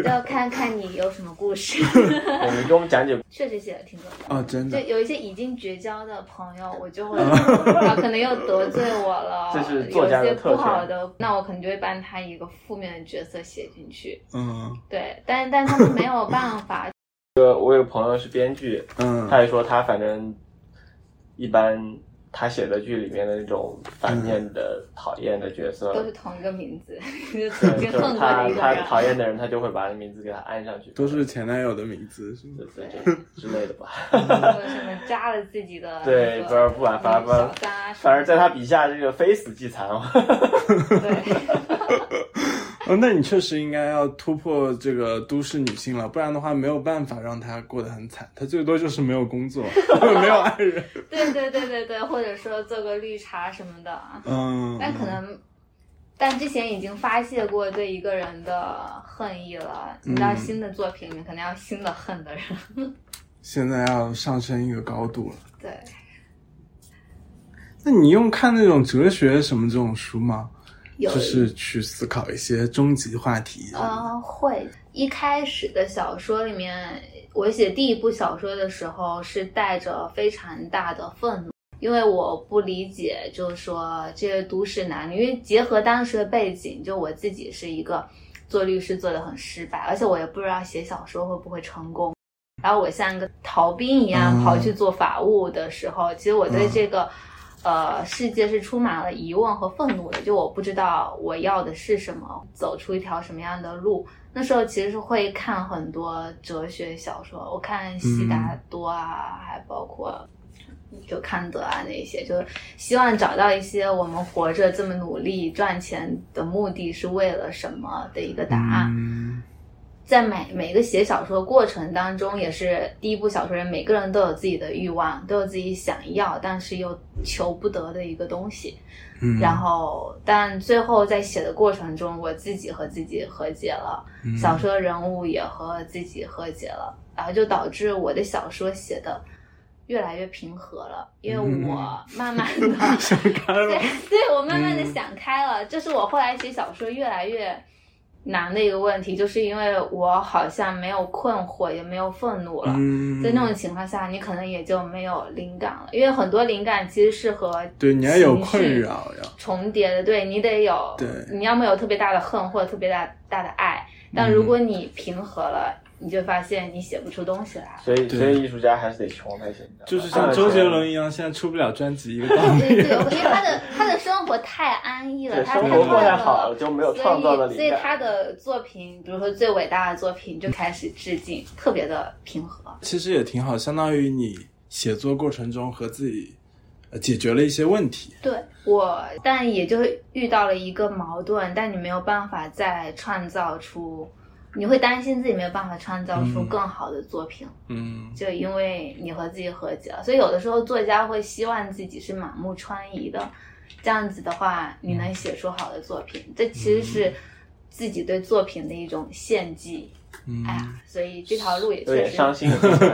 要看看你有什么故 事，
对你给我们讲解
确实写的挺多的。
哦，
嗯
真
就
的，
有一些已经绝交的朋友，我就会，啊，可能又得罪我了，
这是作家的
有一些
特
不
权
好的，那我可能就会把他一个负面的角色写进去。
嗯
对，但但他们没有办 法，
这个。我有个朋友是编剧，
嗯，
他也说他反正一般他写的剧里面的那种反面的、讨厌的角色，
都是同一个名字， 就曾
对
经
就
恨
是
过的
他
一个
他
人。
讨厌的人，他就会把名字给他安上去，
都是前男友的名字，是吗
对对对之类的吧。
或者什么扎了自己的
嗯对，
那
不
个
而不管，反而反
小
而
三啊什么的，
反而在他笔下这个非死即残。
对，
哦，那你确实应该要突破这个都市女性了，不然的话没有办法让她过得很惨，她最多就是没有工作， 没有爱人。
对对对对对，或者说做个绿茶什么的，
嗯，
但可能，但之前已经发泄过对一个人的恨意了。你
嗯
到新的作品里，可能要新的恨的人。
现在要上升一个高度了。
对，
那你用看那种哲学什么这种书吗？
有
就是去思考一些终极话题。
呃会一开始的小说里面，我写第一部小说的时候是带着非常大的愤怒。因为我不理解，就是说这些都市男女，因为结合当时的背景，就我自己是一个做律师做的很失败，而且我也不知道写小说会不会成功。然后我像个逃兵一样
嗯
跑去做法务的时候，其实我对这个、呃世界是充满了疑问和愤怒的，就我不知道我要的是什么，走出一条什么样的路。那时候其实是会看很多哲学小说，我看
嗯
悉达多啊，还包括就康德啊那些，就是希望找到一些我们活着这么努力赚钱的目的是为了什么的一个答案。
嗯
在每每个写小说过程当中，也是第一部小说人，每个人都有自己的欲望，都有自己想要但是又求不得的一个东西。
嗯，
然后，但最后在写的过程中，我自己和自己和解了，
嗯
小说人物也和自己和解了，然后就导致我的小说写的越来越平和了，因
嗯
为我慢慢的
想开
对
了。，
对我慢慢的想开
嗯
了，这是我后来写小说越来越难的一个问题，就是因为我好像没有困惑，也没有愤怒了。
嗯，
在那种情况下，你可能也就没有灵感了，因为很多灵感其实是和
对你要有困
情绪
扰呀。
重叠的，对你得有，
对
你要么有特别大的恨或者特别大大的爱，
嗯
但如果你平和了，你就发现你写不出东西来了。
所以
对
所以艺术家还是得穷才行的。
就是像周杰伦一样，现在出不了专辑一个道 理。
对对，因为他的他的生活太安逸了，
对
他太
生活过
快
太
乐
好
了
了，，就没有创造的
所以
灵
所以他
感。
的作品，比如说最伟大的作品，就开始致敬，特别的平和。
其实也挺好，相当于你写作过程中和自己呃解决了一些问题。
对我，但也就是遇到了一个矛盾，但你没有办法再创造出，你会担心自己没有办法创造出
嗯
更好的作品，
嗯
就因为你和自己和解了。所以有的时候作家会希望自己是满目疮痍的，这样子的话，你能写出好的作品。这其实是自己对作品的一种献祭。
嗯
哎呀，所以这条路也
有点
确实，
伤心。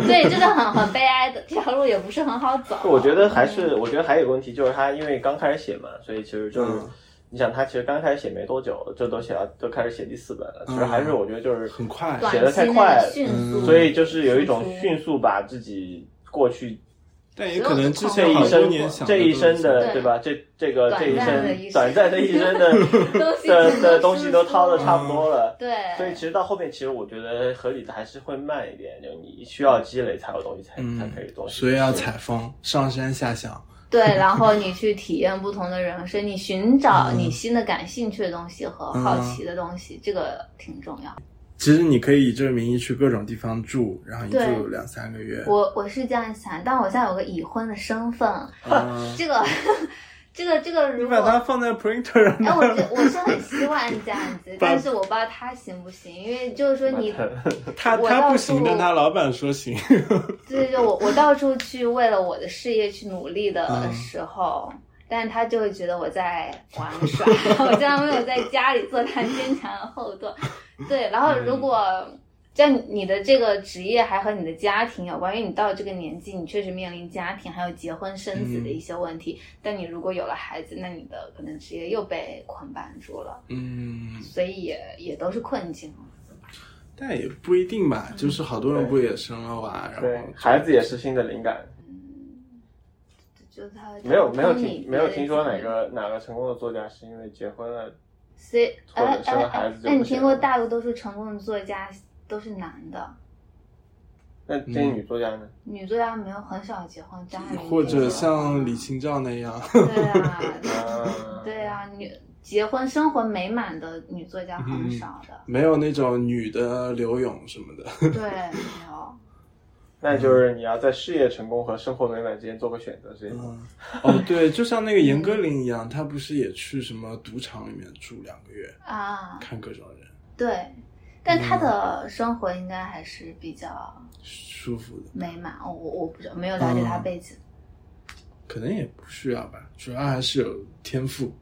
对，真的很很悲哀的，这条路也不是很好走。
我觉得还是，我觉得还有个问题就是他因为刚开始写嘛，所以其实就是。
嗯
你想，他其实刚开始写没多久，就都写到都开始写第四本了。其实
嗯
还是我觉得就是
很快
短
写的
期内
太快了，
迅速，
嗯
所以就是有一种
输出
迅速把自己过去
但也可能之
这
前好
一
多
生
年想
这一生的
对
对吧？这这个这一
短暂的一
生
生
短暂的一
东西
生的的的东西都掏的
的
差不多了。
对，
嗯
所以其实到后面，其实我觉得合理的还是会慢一点，就你需要积累才有东西才、才可以做。
嗯所以要采风，上山下乡。
对，然后你去体验不同的人生，你寻找
嗯
你新的感兴趣的东西和好奇的东西，这个挺重要。
其实你可以以这个名义去各种地方住，然后一
对
住两三个月。
我我是这样想，但我现在有个已婚的身份，
嗯
这个 这个这个
你
如
把它
果。
放在 printer 上
哎，
面
我觉我是很希望这样 子，但是我不知道他行不行，因为就是说你
他
我
他
要
不行，
住
但他老板说行。
对对，我我到处去为了我的事业去努力的时候，但是他就会觉得我在玩耍， 我竟然没有在家里做他坚强的后盾。对，然后如果像你的这个职业还和你的家庭有关，因为你到了这个年纪，你确实面临家庭还有结婚生子的一些问题。但你如果有了孩子，那你的可能职业又被捆绑住了，
嗯，
所以也也都是困境。
但也不一定吧，就是好多人不也生了娃，然
嗯对
后
孩子也是新的灵感，
就是他
没有没有
他你
听没有
的
听说哪个哪个成功的作家是因为结婚了，
所以，
或
哎
者生
哎
了孩
哎
子，就
那你
不行
听过
了
大多数成功的作家都是男的，
那这些
嗯
女作家呢？
女作家没有很少结婚，张爱玲
或
结
者
婚
像李清照那样，
对啊，
啊，
对啊，女结婚生活美满的女作家
嗯
很少的，
没有那种女的刘勇什么的。
对，没有。
那就是你要在事业成功和生活美满之间做个选择，是吗？
嗯，哦对，就像那个严歌苓一样，她不是也去什么赌场里面住两个月，
啊，
看各种人，
对，但
嗯
她的生活应该还是比较
舒服的，
美满。我我我不知道，没有了解
嗯
她背景。
可能也不需要吧，主要还是有天赋，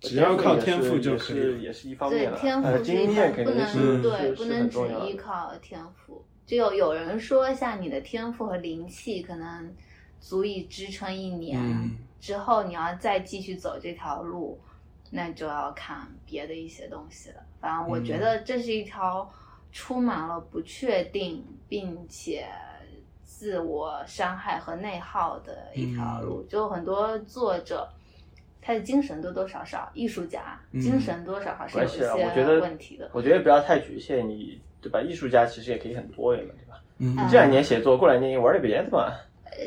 只要靠天赋就可以
也是
了。
也是一方
对
面，了，
天赋
呃
是
经
一
验
方，
肯
不
定
能
是
对，
是
不
是
能
很
只
重要的
依。靠天赋。就有有人说，像你的天赋和灵气可能足以支撑一年，
嗯
之后你要再继续走这条路，那就要看别的一些东西了。反正我觉
嗯
得这是一条充满了不确定，并且。自我伤害和内耗的一条
嗯
路，就很多作者，他的精神多多少少，艺术家精
嗯
神多少还是有
而
一
且
些
啊我觉得
问题的。
我觉得不要太局限你，对吧？艺术家其实也可以很多元嘛，对吧？
嗯，
嗯
这两年写作，过两年也玩点别的嘛。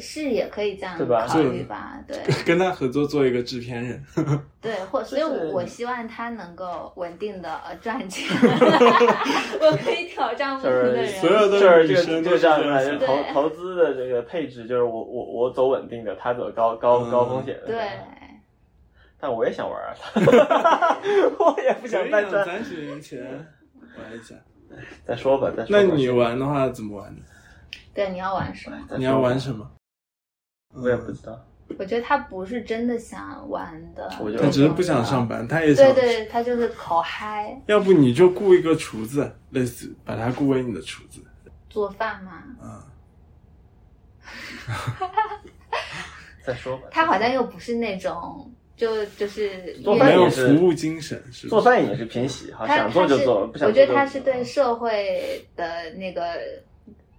是也可以这样
对吧
考虑吧， 对
跟他合作做一个制片人，
对，或所以
就是
我，我希望他能够稳定的赚钱， 我可以挑战不同的人，
所有的女
就是这
生都是
个这个
这
这
样
样
子的
子来，就是投投资的这个配置，就是我我我走稳定的，他走高高
嗯
高风险的。
对，
但我也想玩啊， 我也 不想
可以
搬
啊
砖。
攒几年钱玩一下。
再说吧，再说
那
吧。
你玩的话怎么玩呢？
对，你要玩什么？
再说吧
你要玩什么？
我也不知道。
我觉得他不是真的想玩的，
我觉得
他只是不想上班，他也想
对。对，他就是口嗨
要不你就雇一个厨子，类似把他雇为你的厨子，
做饭嘛，
啊，
嗯再说吧。
他好像又不是那种就就是
做饭
没
也
有
越
服务精神是
做
吧？
饭也是平息，好
他
想做就做，
他
不
是
想
我
做
觉得
就不
他
做
是对社会的那个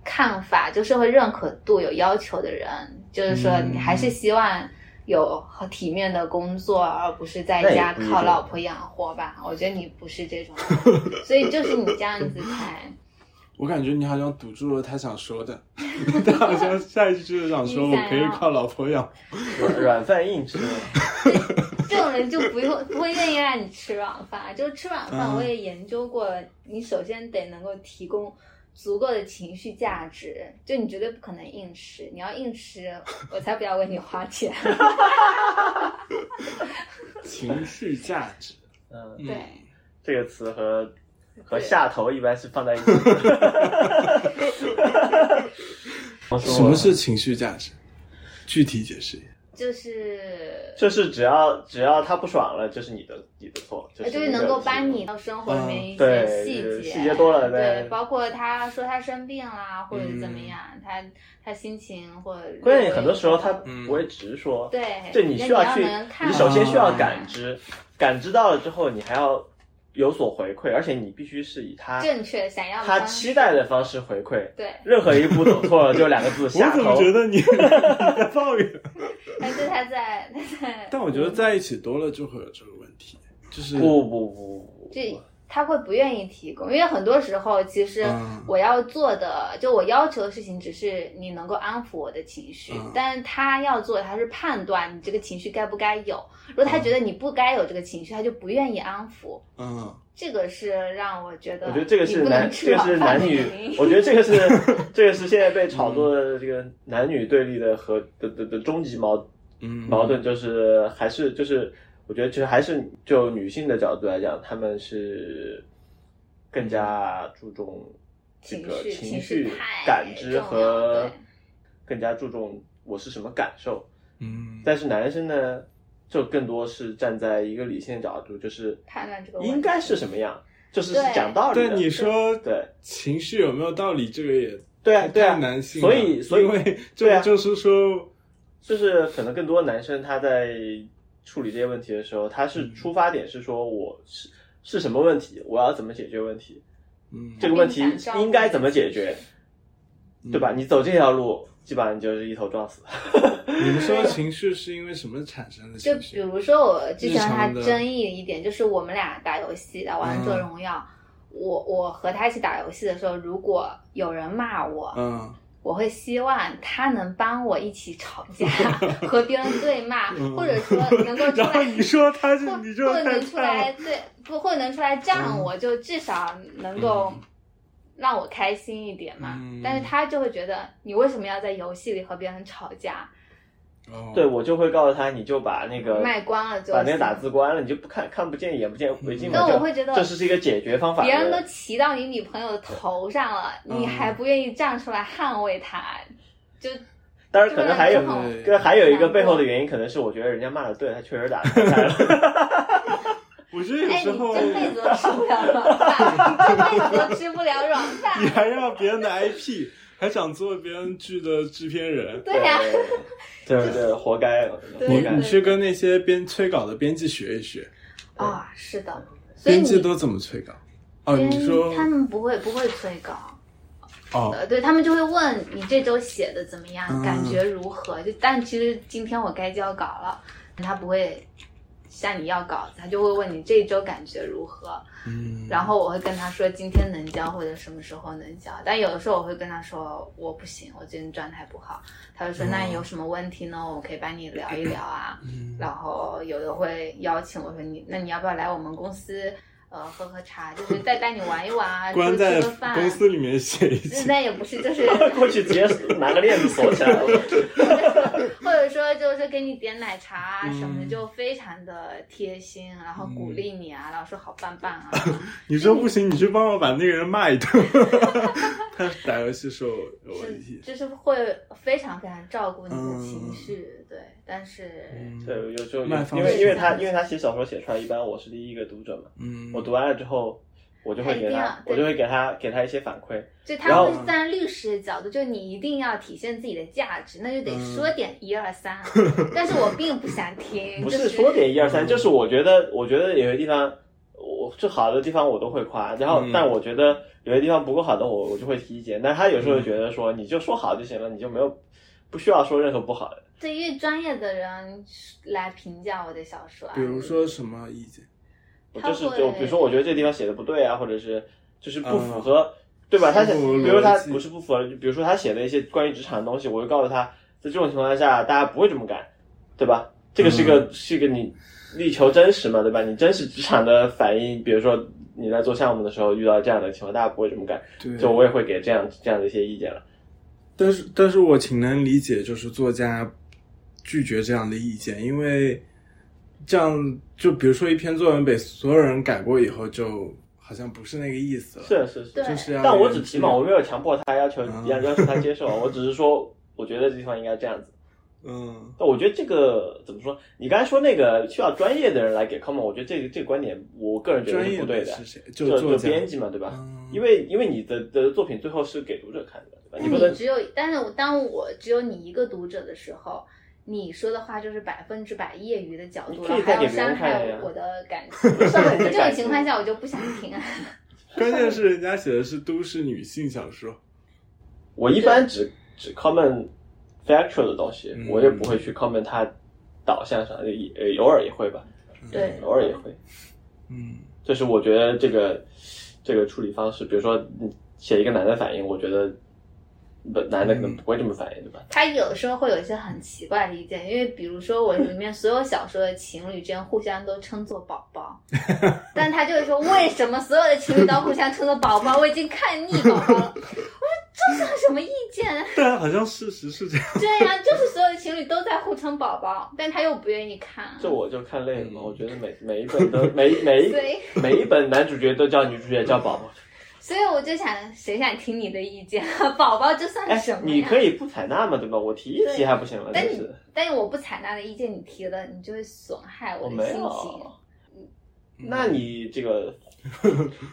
看法，就社会认可度有要求的人，就是说
嗯
你还是希望有很体面的工作，而不是在家
那也不一定
靠老婆养活吧。我觉得你不是这种 人，所以就是你这样子才，
我感觉你好像堵住了他想说的， 他好像下一句就是想说我
你想要
可以靠老婆养。
软软饭硬吃。
这种人就不用不会愿意让你吃软饭。就是吃软饭，
嗯
我也研究过，你首先得能够提供足够的情绪价值，就你绝对不可能硬吃，你要硬吃，我才不要为你花钱。
情绪价值，
嗯，
对，
这个词和和
对
下头一般是放在一起的。 我说
什么是情绪价值？具体解释一下。
就是
就是只要只要他不爽了，就是你的你的错，就
呃
是
就是
你的
能够
事
帮你到生活里面一些
嗯对
细
就是
节，
细节多了
对，
对
包括他说他生病啦，或者怎么
嗯
样，他他心情或者
关键很多时候他
嗯
不会直说，
对，
对你
那
需要去
嗯能，看
你首先需要
到
感知，感知到了之后，你还要有所回馈，而且你必须是以他
正确想要的
他
方
期
式
待的方式回馈。
对，
任何一步走错了，就两个字下
我怎么
头。
觉得你 你在抱怨？
但是他在他在，
但我觉得在一起多了就会有这个问题，就是
不不不不
这
不，
他会不愿意提供，因为很多时候其实
嗯
我要做的，就我要求的事情，只是你能够安抚我的情绪，
嗯
但是他要做的，他是判断你这个情绪该不该有。如果
嗯
他觉得你不该有这个情绪，他就不愿意安抚。
嗯，
这个是让我觉得，
我觉得这个是男，这
吃
个是
软饭
男
的
女
原，因
我觉得这个是这个是现在被炒作的这个男女对立的和的的的终极矛
嗯
矛盾，就是还是就是我觉得其实还是就女性的角度来讲，他们是更加注重这个
情绪
情
情绪
绪
太
感知
重要
和
对
更加注重我是什么感受，
嗯，
但是男生呢，就更多是站在一个理性的角度，就是
判断这个问题
应该是什么样，就是是
对
讲道理的。
但你说
对
情绪有没有道理，这个也
对啊对啊
太，男性了，
所以所以
因为
对
这
啊
不就是说，
就是可能更多男生他在处理这些问题的时候，他是出发点是说我是是什么问题，我要怎么解决问题，
嗯，
这个问题
并想照顾
应该怎么解决，对
嗯
吧？你走这条路，基本上你就是一头撞死。
哦你们说情绪是因为什么产生的
就
情
比
绪？
如说我之前和
日
他
常的
争议一点，就是我们俩打游戏打
嗯
王者荣耀，我我和他一起打游戏的时候，如果有人骂我，
嗯，
我会希望他能帮我一起吵 架，和别人对骂，
嗯
或者说能够出
然后
来，
你说他是
或
你就
或者
太
能出
菜
来
了，
对，不或者能出来站我，就至少能够
嗯
让我开心一点嘛。
嗯
但是他就会觉得你为什么要在游戏里和别人吵架，
哦
对，我就会告诉他，你就把那
呃
个
卖光了就
把那个
行
打字关了，你就不看看不见眼不见
嗯
为净嘛。
但
就
我会觉得
这是一个解决方法。
别人
对
都骑到你女朋友的头上了，
嗯
你还不愿意站出来捍卫她，就
当然可能还有
就让人很
跟还有一个背后的原因，可能是我觉得人家骂的对，他确实打得太了。
我觉得 有
哎，
时
你
候
这辈 子都吃不了软饭，这辈子都吃不了软
你
饭。
还要别人的 IP，还 想做别人剧的制片人。
对呀、
对对对，活该，
你
活
对
你
该。
去跟那些编催稿的编辑学一学，
啊、是的，所以
编辑
你
都怎么催稿？哦，你说
他们不会不会催稿，
哦，
呃，对他们就会问你这周写的怎么样，
嗯
感觉如何？就但其实今天我该交稿了，他不会向你要稿子，他就会问你这一周感觉如何。
嗯，
然后我会跟他说今天能交或者什么时候能交，但有的时候我会跟他说我不行，我最近状态不好。他就说
嗯
那有什么问题呢？我可以帮你聊一聊啊。
嗯
然后有的会邀请我说你那你要不要来我们公司呃喝喝茶，就是再带你玩一玩啊，出
关
去
在
吃个饭。
公司里面写一写，
那也不是，就是
过去直接拿个链子锁起来了。
或者说就是给你点奶茶啊什么的，
嗯
就非常的贴心，然后鼓励你啊，然后说好棒棒啊。
你说不行，你去帮我把那个人骂一顿。 他打游戏说我有问
是
题，
就是会非常非常照顾你
嗯
的情绪，对，但是、
对，有时候
嗯卖方
因为因为
式
他因为他写小说写出来，一般我是第一个读者嘛。
嗯，
我读完了之后，我就会给他
哎，对
我就会给他给他一些反馈。
就
然
他
后
会站律师的角度，就你一定要体现自己的价值，那就得
嗯
说点一二 三。啊但是我并不想听，
不
就是
说点一二
嗯
三，就是我觉得，我觉得有些地方，我最好的地方我都会夸，然后
嗯
但我觉得有些地方不够好的我，我就会提意见。但他有时
嗯
候觉得说，你就说好就行了，你就没有不需要说任何不好的。
对于专业的人来评价我的小说啊，
比如说什么意见？
我
他
就
会
是就比如说，我觉得这地方写的不对啊，或者是就是不符合，对吧？
不符合
他写，
嗯逻辑
比如他不是不符合，就比如说他写的一些关于职场的东西，我就告诉他，在这种情况下，大家不会这么干，对吧？
嗯
这个是一个、是一个你力求真实嘛，对吧？你真实职场的反应，比如说你在做项目的时候遇到这样的情况，大家不会这么干，
对，
就我也会给这样这样的一些意见了。
但是，但是我挺能理解，就是作家拒绝这样的意见，因为这样就比如说一篇作文被所有人改过以后，就好像不是那个意思了。，
是是是
对，
就是要
但我
有
只
人
提嘛，我
去
没有强迫他要求
嗯
要要求他接受，啊我只是说我觉得这地方应该这样子。
嗯
但我觉得这个怎么说？你刚才说那个需要专业的人来给 comment，我觉得这个这个观点，我个人觉得
专
是
业
不对
的是谁？
就
作
就
家，
编辑嘛，对吧？
嗯
因为因为你的的作品最后是给读者看的，对吧？
那
你不能
你只有，但是我当我只有你一个读者的时候，你说的话就是百分之百业余的角
你
度
可
了
以，再
还要
给别人
伤
看
害
呀
我的 感情。
伤害你的
这种
感情
情况下，我就不想听啊。
关键是人家写的是都市女性小说，
我一般只只 comment factual 的东西，
嗯
我也不会去 comment 它导向上，也也偶尔也会吧，
对，
偶尔也会。
嗯，
这是我觉得这个这个处理方式，比如说你写一个男的反应，我觉得不男的可能不会这么反应，对吧？
他有时候会有一些很奇怪的意见，因为比如说我里面所有小说的情侣之间互相都称作宝 宝，但他就会说为什么所有的情侣都互相称作宝宝？我已经看腻宝宝了。我 说这算什么意见啊？
但好像事实是这样。
对呀、就是所有的情侣都在互称宝宝，但他又不愿意看。啊
这我就看累了嘛。我觉得每每一本都每每一
对
每一本男主角都叫女主角 叫宝宝，
所以我就想，谁想听你的意见？啊 宝宝这算
哎
什，么呀？
你可以不采纳嘛，对吧？我提一提还不行了，就
但你
是
但是我不采纳的意见，你提了，你就会损害
我
我的
没
心
有
情。。
那你这个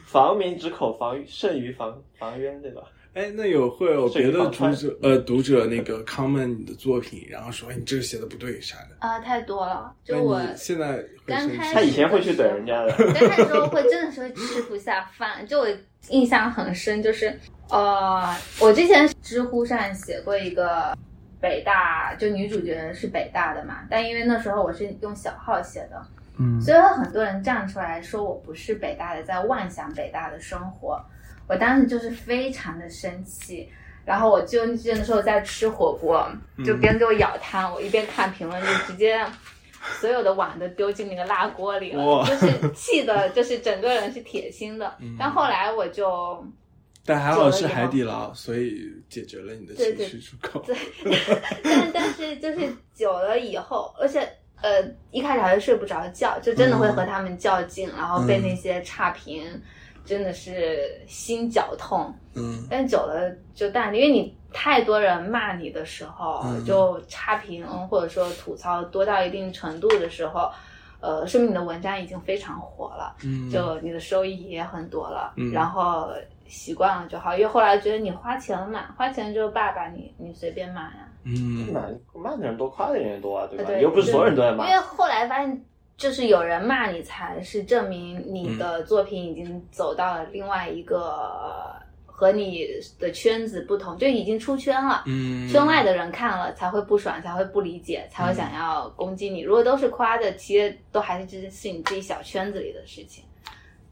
防民之口防胜于防防渊，对吧？
哎，那有会有别的
这个
读
放
者呃读者那个 comment 你的作品，然后说哎你这个写的不对啥的，
啊、太多了，就
那
我。
你现在会
刚
生
开
气
他以
始
前会去怼人家的，
但那时候会真的是会吃不下饭，就我印象很深，就是呃，我之前知乎上写过一个北大，就女主角是北大的嘛，但因为那时候我是用小号写的，
嗯
所以有很多人站出来说我不是北大的，在妄想北大的生活，我当时就是非常的生气。然后我就那时候在吃火锅，就别人给我舀汤，我一边看评论就直接所有的碗都丢进那个辣锅里了，
哇
就是气的，就是整个人是铁心的。但后来我就
但还好是海底捞，所以解决了你的情绪出口。
但但是就是久了以后，而且呃一开始还是睡不着觉，就真的会
嗯
和他们较劲，然后被那些差评真的是心绞痛。
嗯，
但久了就淡了，因为你太多人骂你的时候，
嗯
就差评或者说吐槽多到一定程度的时候。呃，说明你的文章已经非常火了，
嗯
就你的收益也很多了，
嗯
然后习惯了就好。因为后来觉得你花钱了嘛，花钱就爸爸你你随便骂呀、
嗯
骂骂的人多，夸的人也多啊，对吧？
呃对
又不是所有人都在骂
因。为后来发现，就是有人骂你，才是证明
嗯
你的作品已经走到了另外一个、和你的圈子不同，就已经出圈了。
嗯
圈外的人看了才会不爽，才会不理解，才会
嗯
想要攻击你。如果都是夸的，其实都还是只是你自己小圈子里的事情。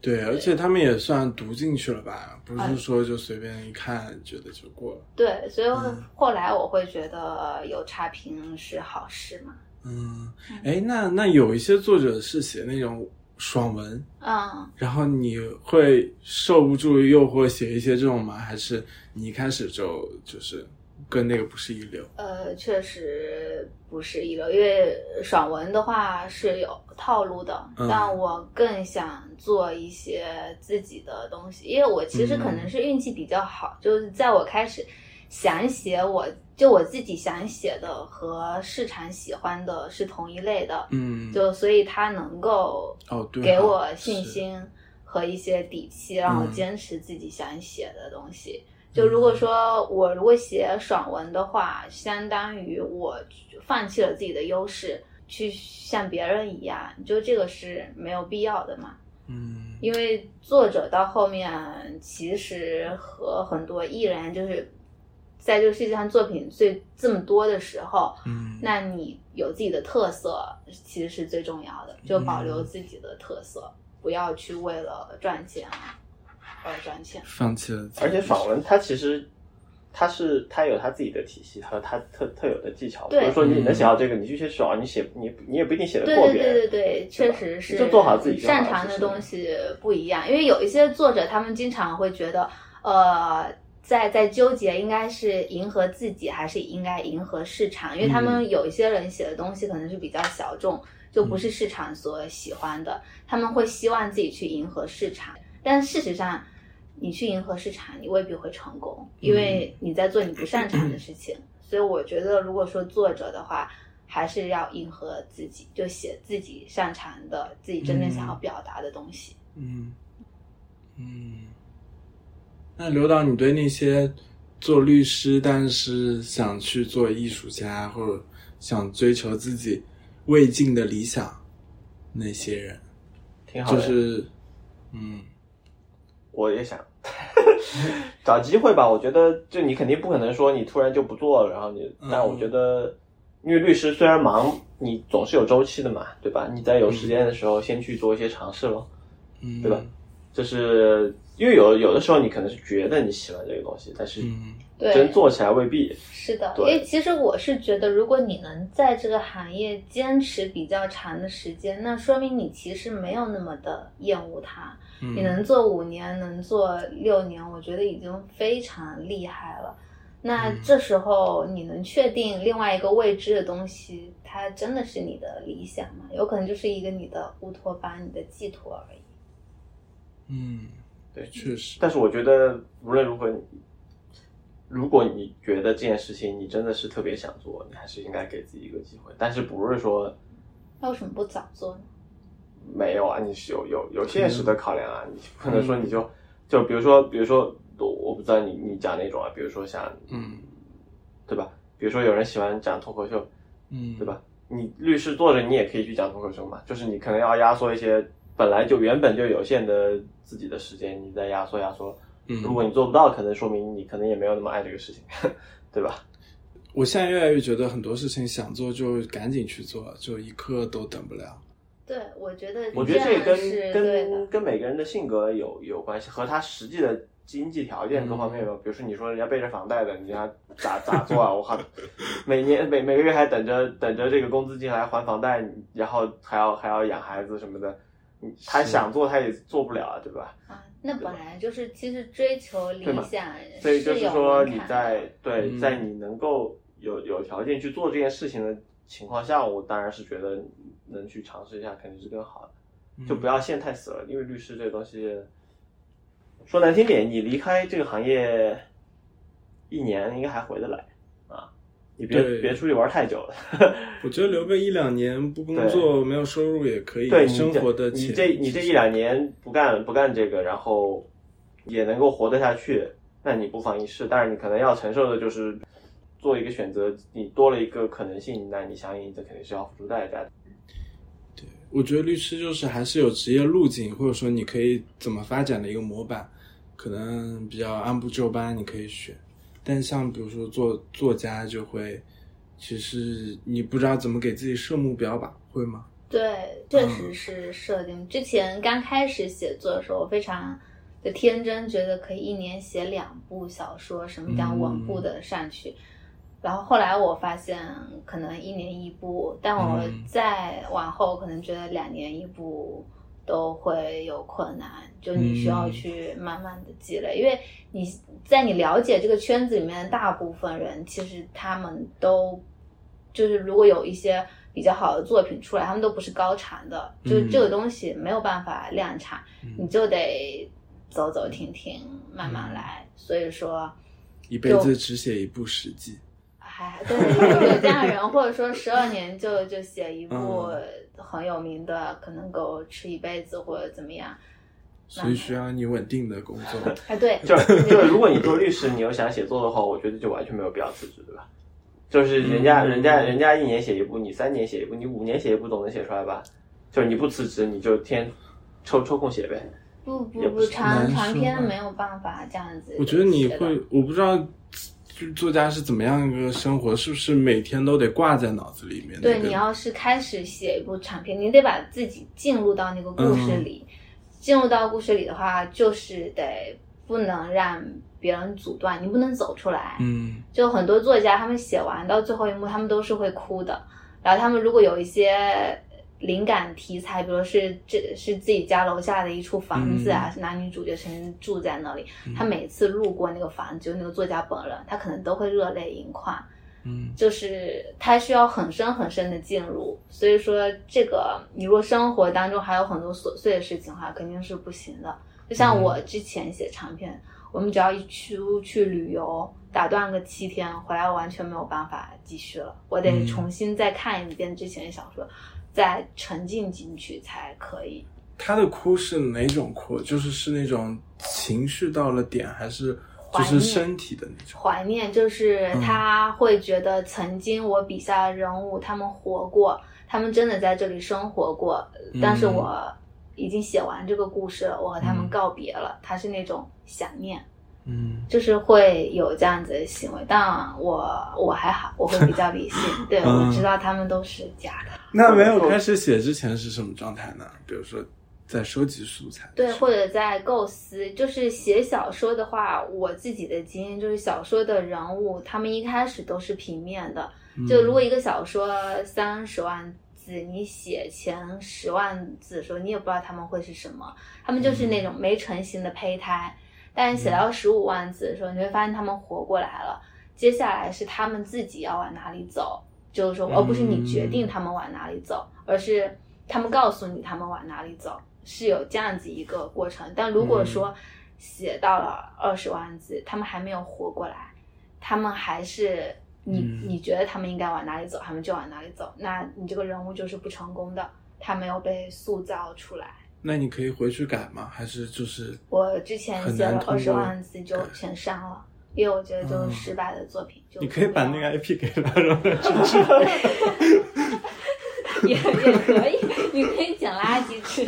对，而且他们也算读进去了吧，不是说就随便一看觉得就过了。
对，所以
嗯
后来我会觉得有差评是好事嘛。
嗯，哎，那那有一些作者是写那种爽文，
嗯，
然后你会受不住诱惑写一些这种吗？还是你一开始就就是跟那个不是一流？
呃，确实不是一流，因为爽文的话是有套路的，
嗯
但我更想做一些自己的东西，因为我其实
嗯
可能是运气比较好，就是在我开始想写我就我自己想写的和市场喜欢的是同一类的，
嗯，
就所以它能够
哦对哈
给我信
是
心和一些底气，让我
嗯
坚持自己想写的东西。就如果说我如果写爽文的话，相当于我放弃了自己的优势，去像别人一样，就这个是没有必要的嘛。
嗯
因为作者到后面其实和很多艺人就是。在这个世界上，作品最这么多的时候，
嗯，
那你有自己的特色，其实是最重要的，就保留自己的特色，不要去为了赚钱而赚钱。
放弃了自己，
而且爽文它其实它是它有它自己的体系和它特特有的技巧，不
对
是说你
嗯
能写到这个，你去去爽，你写你你也不一定写得
对
过
对
别人。
对对对，
是
确
吧
实是
就做好自己就好
擅长的
其实
东西不一样，因为有一些作者他们经常会觉得，呃，在在纠结应该是迎合自己还是应该迎合市场，因为他
嗯
们有一些人写的东西可能是比较小众，就
嗯
不是市场所喜欢的，他们会希望自己去迎合市场，但事实上。你去迎合市场，你未必会成功，因为
嗯
你在做你不擅长的事情。所以我觉得，如果说作者的话，还是要迎合自己，就写自己擅长的、自己真正想要表达的东西。
嗯，嗯，那刘导，你对那些做律师但是想去做艺术家或者想追求自己未尽的理想那些人，
挺好
就
的。
是嗯
我也想 找机会吧。我觉得，就你肯定不可能说你突然就不做了，然后你，
嗯
但我觉得，因为律师虽然忙，你总是有周期的嘛，对吧？你在有时间的时候，先去做一些尝试咯。
嗯，
对吧就是因为有有的时候你可能是觉得你喜欢这个东西，但是
嗯
真做起来未必。
是的，因
对
为其实我是觉得，如果你能在这个行业坚持比较长的时间，那说明你其实没有那么的厌恶它。
嗯，
你能做五年，能做六年，我觉得已经非常厉害了。那
嗯
这时候你能确定另外一个未知的东西，它真的是你的理想吗？有可能就是一个你的乌托邦、你的寄托而已。
嗯，
对
确实，
但是我觉得无论如何，你如果你觉得这件事情你真的是特别想做，你还是应该给自己一个机会。但是不是说
那为什么不早做呢？
没有啊，你是有有有现实的考量啊，你不能说你就就比如说，比如说，我我不知道你你讲那种啊，比如说像，
嗯
对吧？比如说有人喜欢讲脱口秀，
嗯，
对吧？你律师做着你也可以去讲脱口秀嘛，就是你可能要压缩一些本来就原本就有限的自己的时间，你再压缩压缩。
嗯，
如果你做不到，可能说明你可能也没有那么爱这个事情，对吧？
我现在越来越觉得很多事情想做就赶紧去做，就一刻都等不了。
对，我觉得
我觉得
这
这
样
跟
是对的
跟。跟每个人的性格有有关系，和他实际的经济条件各方面吧。比如说，你说人家背着房贷的，你让他咋咋做啊？我靠，每年每每个月还等着等着这个工资进来还房贷，然后还要还要养孩子什么的，你他
是
想做他也做不了啊，对吧？
啊，那本来就是，其实追求理
对嘛
想
所以就是
有
说，
门
你
槛
在
的
对
嗯
在你能够有有条件去做这件事情的情况下，我当然是觉得能去尝试一下肯定是更好的。
嗯
就不要陷太死了，因为律师这个东西，说难听点，你离开这个行业一年应该还回得来啊，你别
对
别出去玩太久了。
我觉得留个一两年不工作没有收入也可以，
对你
生
这
活的
你
钱
这你这一两年不干不干这个，然后也能够活得下去，那你不妨一试。但是你可能要承受的就是做一个选择，你多了一个可能性，那你相应这肯定是要付出代价的。
我觉得律师就是还是有职业路径，或者说你可以怎么发展的一个模板，可能比较按部就班，你可以选。但像比如说做作家，就会其实你不知道怎么给自己设目标吧？会吗？
对，确实
嗯
是设定。之前刚开始写作的时候，我非常的天真，觉得可以一年写两部小说，什么叫稳
嗯
步的上去。然后后来我发现，可能一年一部，但我
嗯
再往后可能觉得两年一部都会有困难，就你需要
嗯
去慢慢的积累，因为你在你了解这个圈子里面的大部分人，其实他们都就是如果有一些比较好的作品出来，他们都不是高产的，就
嗯
这个东西没有办法量产，
嗯
你就得走走停停，慢慢来。
嗯
所以说，
一辈子只写一部史记，
哎，对，有有这样的人，或者说十二年就 就写一部
嗯
很有名的，可能够吃一辈子或者怎么样。
所以需要你稳定的工作。
哎，对，
就就如果你做律师，你又想写作的话，我觉得就完全没有必要辞职，对吧？就是人家、
嗯
人家人家一年写一部，你三年写一部，你五年写一部总能写出来吧？就是你不辞职，你就天抽抽空写呗。
不不
也不
不，
是
长
难
长
说
篇
吧
没有办法这样子写的。
我觉得你会，我不知道，就是作家是怎么样一个生活，是不是每天都得挂在脑子里面？
对，
那个
你要是开始写一部长篇，你得把自己进入到
嗯
那个故事里。进入到故事里的话，就是得不能让别人阻断，你不能走出来。
嗯
就很多作家他们写完到最后一幕，他们都是会哭的。然后他们如果有一些灵感题材，比如是这是自己家楼下的一处房子啊，是男女主角曾经住在那里，他每次路过那个房子，就那个作家本人，他可能都会热泪盈眶。
嗯
就是它需要很深很深的进入，所以说这个你若生活当中还有很多琐碎的事情的话，肯定是不行的。就像我之前写长篇，我们只要一出去旅游，打断个七天，回来完全没有办法继续了，我得
嗯
重新再看一遍之前的小说，再沉浸进去才可以。
他的哭是哪种哭？就是是那种情绪到了点，还是就
怀
是
念
身体的那种？
怀念，就是他会觉得曾经我笔下的人物，他们活过，他们真的在这里生活过，但是我已经写完这个故事了，我和他们告别了。他是那种想念，
嗯
就是会有这样子的行为。但我我还好，我会比较理性，对
嗯
我知道他们都是假的，
那没有开始写之前是什么状态呢？比如说在收集素材的
对，
时候，
或者在构思。就是写小说的话，我自己的经验就是小说的人物，他们一开始都是平面的。
嗯
就如果一个小说三十万字，你写前十万字的时候，你也不知道他们会是什么，他们就是那种没成型的胚胎。但是写到十五万字的时候，你会发现他们活过来了。接下来是他们自己要往哪里走，就是说，而不是你决定他们往哪里走，而是他们告诉你他们往哪里走，是有这样子一个过程。但如果说写到了二十万字，他们还没有活过来，他们还是你、
嗯
你觉得他们应该往哪里走，他们就往哪里走，那你这个人物就是不成功的，他没有被塑造出来。
那你可以回去改吗？还是就是
我之前
很
写
难
了
通
二十
过
万字就
改
全删了，因为我觉得就是失败的作品就
你可以把那个 IP 给他，让他去
也也可以，你可以捡垃圾吃。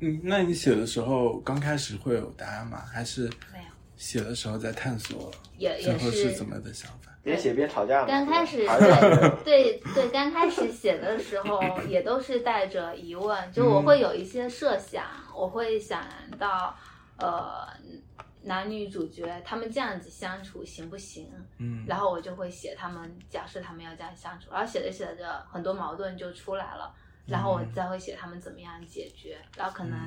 嗯，那你写的时候刚开始会有答案吗？还是
没有
写的时候在探索
也
最
也
后
是
是怎么的想法？
边写 边吵架嘛。
刚开始
还是
对对，刚开始写的时候也都是带着疑问，就我会有一些设想，我会想到，呃，男女主角他们这样子相处行不行？
嗯
然后我就会写他们，假设他们要这样相处，然后写着写着很多矛盾就出来了，然后我再会写他们怎么样解决，然后可能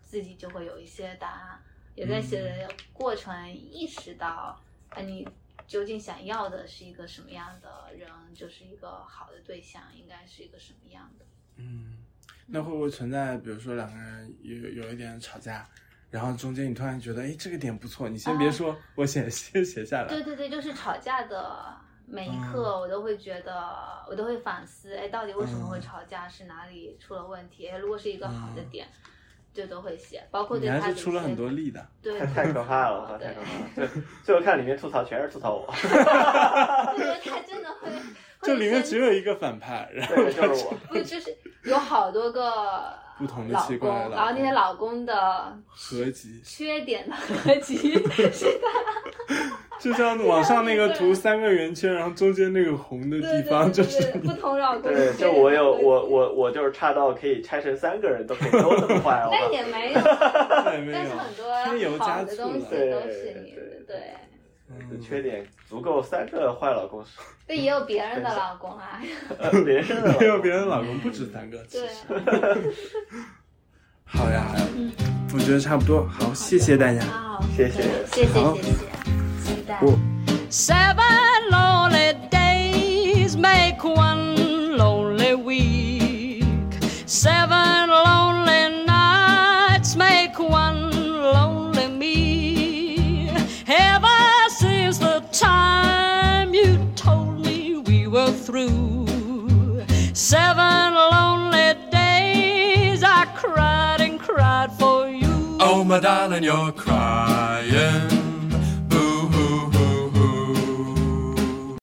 自己就会有一些答案，也在
嗯
写的过程意识到，啊，你究竟想要的是一个什么样的人，就是一个好的对象应该是一个什么样的。
嗯，那会不会存在，比如说两个人有有一点吵架，然后中间你突然觉得，哎，这个点不错，你先别说，我写 先写下来
啊对。对对，就是吵架的每一刻，
嗯
我都会觉得，我都会反思，哎，到底为什么会吵架，是哪里出了问题？哎，如果是一个好的点，就都会写，包括
嗯你
对他
还
的
是
一
出了
些
很多力的，
对，
太太可怕了，我靠，
对
太可怕了！最最后看里面吐槽全是吐槽我，
我觉得他真的会， 会
就里面
先
只有一个反派，然后
对，就是我。
不就是有好多个
不同的
老
器
公，
官的老
然后那些
公
老公的
合 集，
缺点的合 集是他。
就像网上那个图三个圆圈，然后中间那个红的
对
地
对
方
对
就
对
是
对，
你
不同老公
对，就我 有我我我就是差到可以拆成三个人都可以都这么坏，我
那
靠！
也 没有，
再没
但是很
有，
多
啊添油
好
加
的
醋
东西
了
都是你的
对，
对。
嗯
缺点足够三个坏老公，
对，也有别人的老公 啊，
呃连胜的 老
没有
公
别人老公不止三个，其
对
实。好呀，好呀，我觉得差不多，好，谢谢大家。
啊，
谢谢。
谢谢
好
谢谢，期待。
Seven lonely days make one lonely week. Seven lonely nights make one lonely me. Ever since the time you told me we were through, seven lonely days I cried and cried for you.
Oh, my darling, you're crying.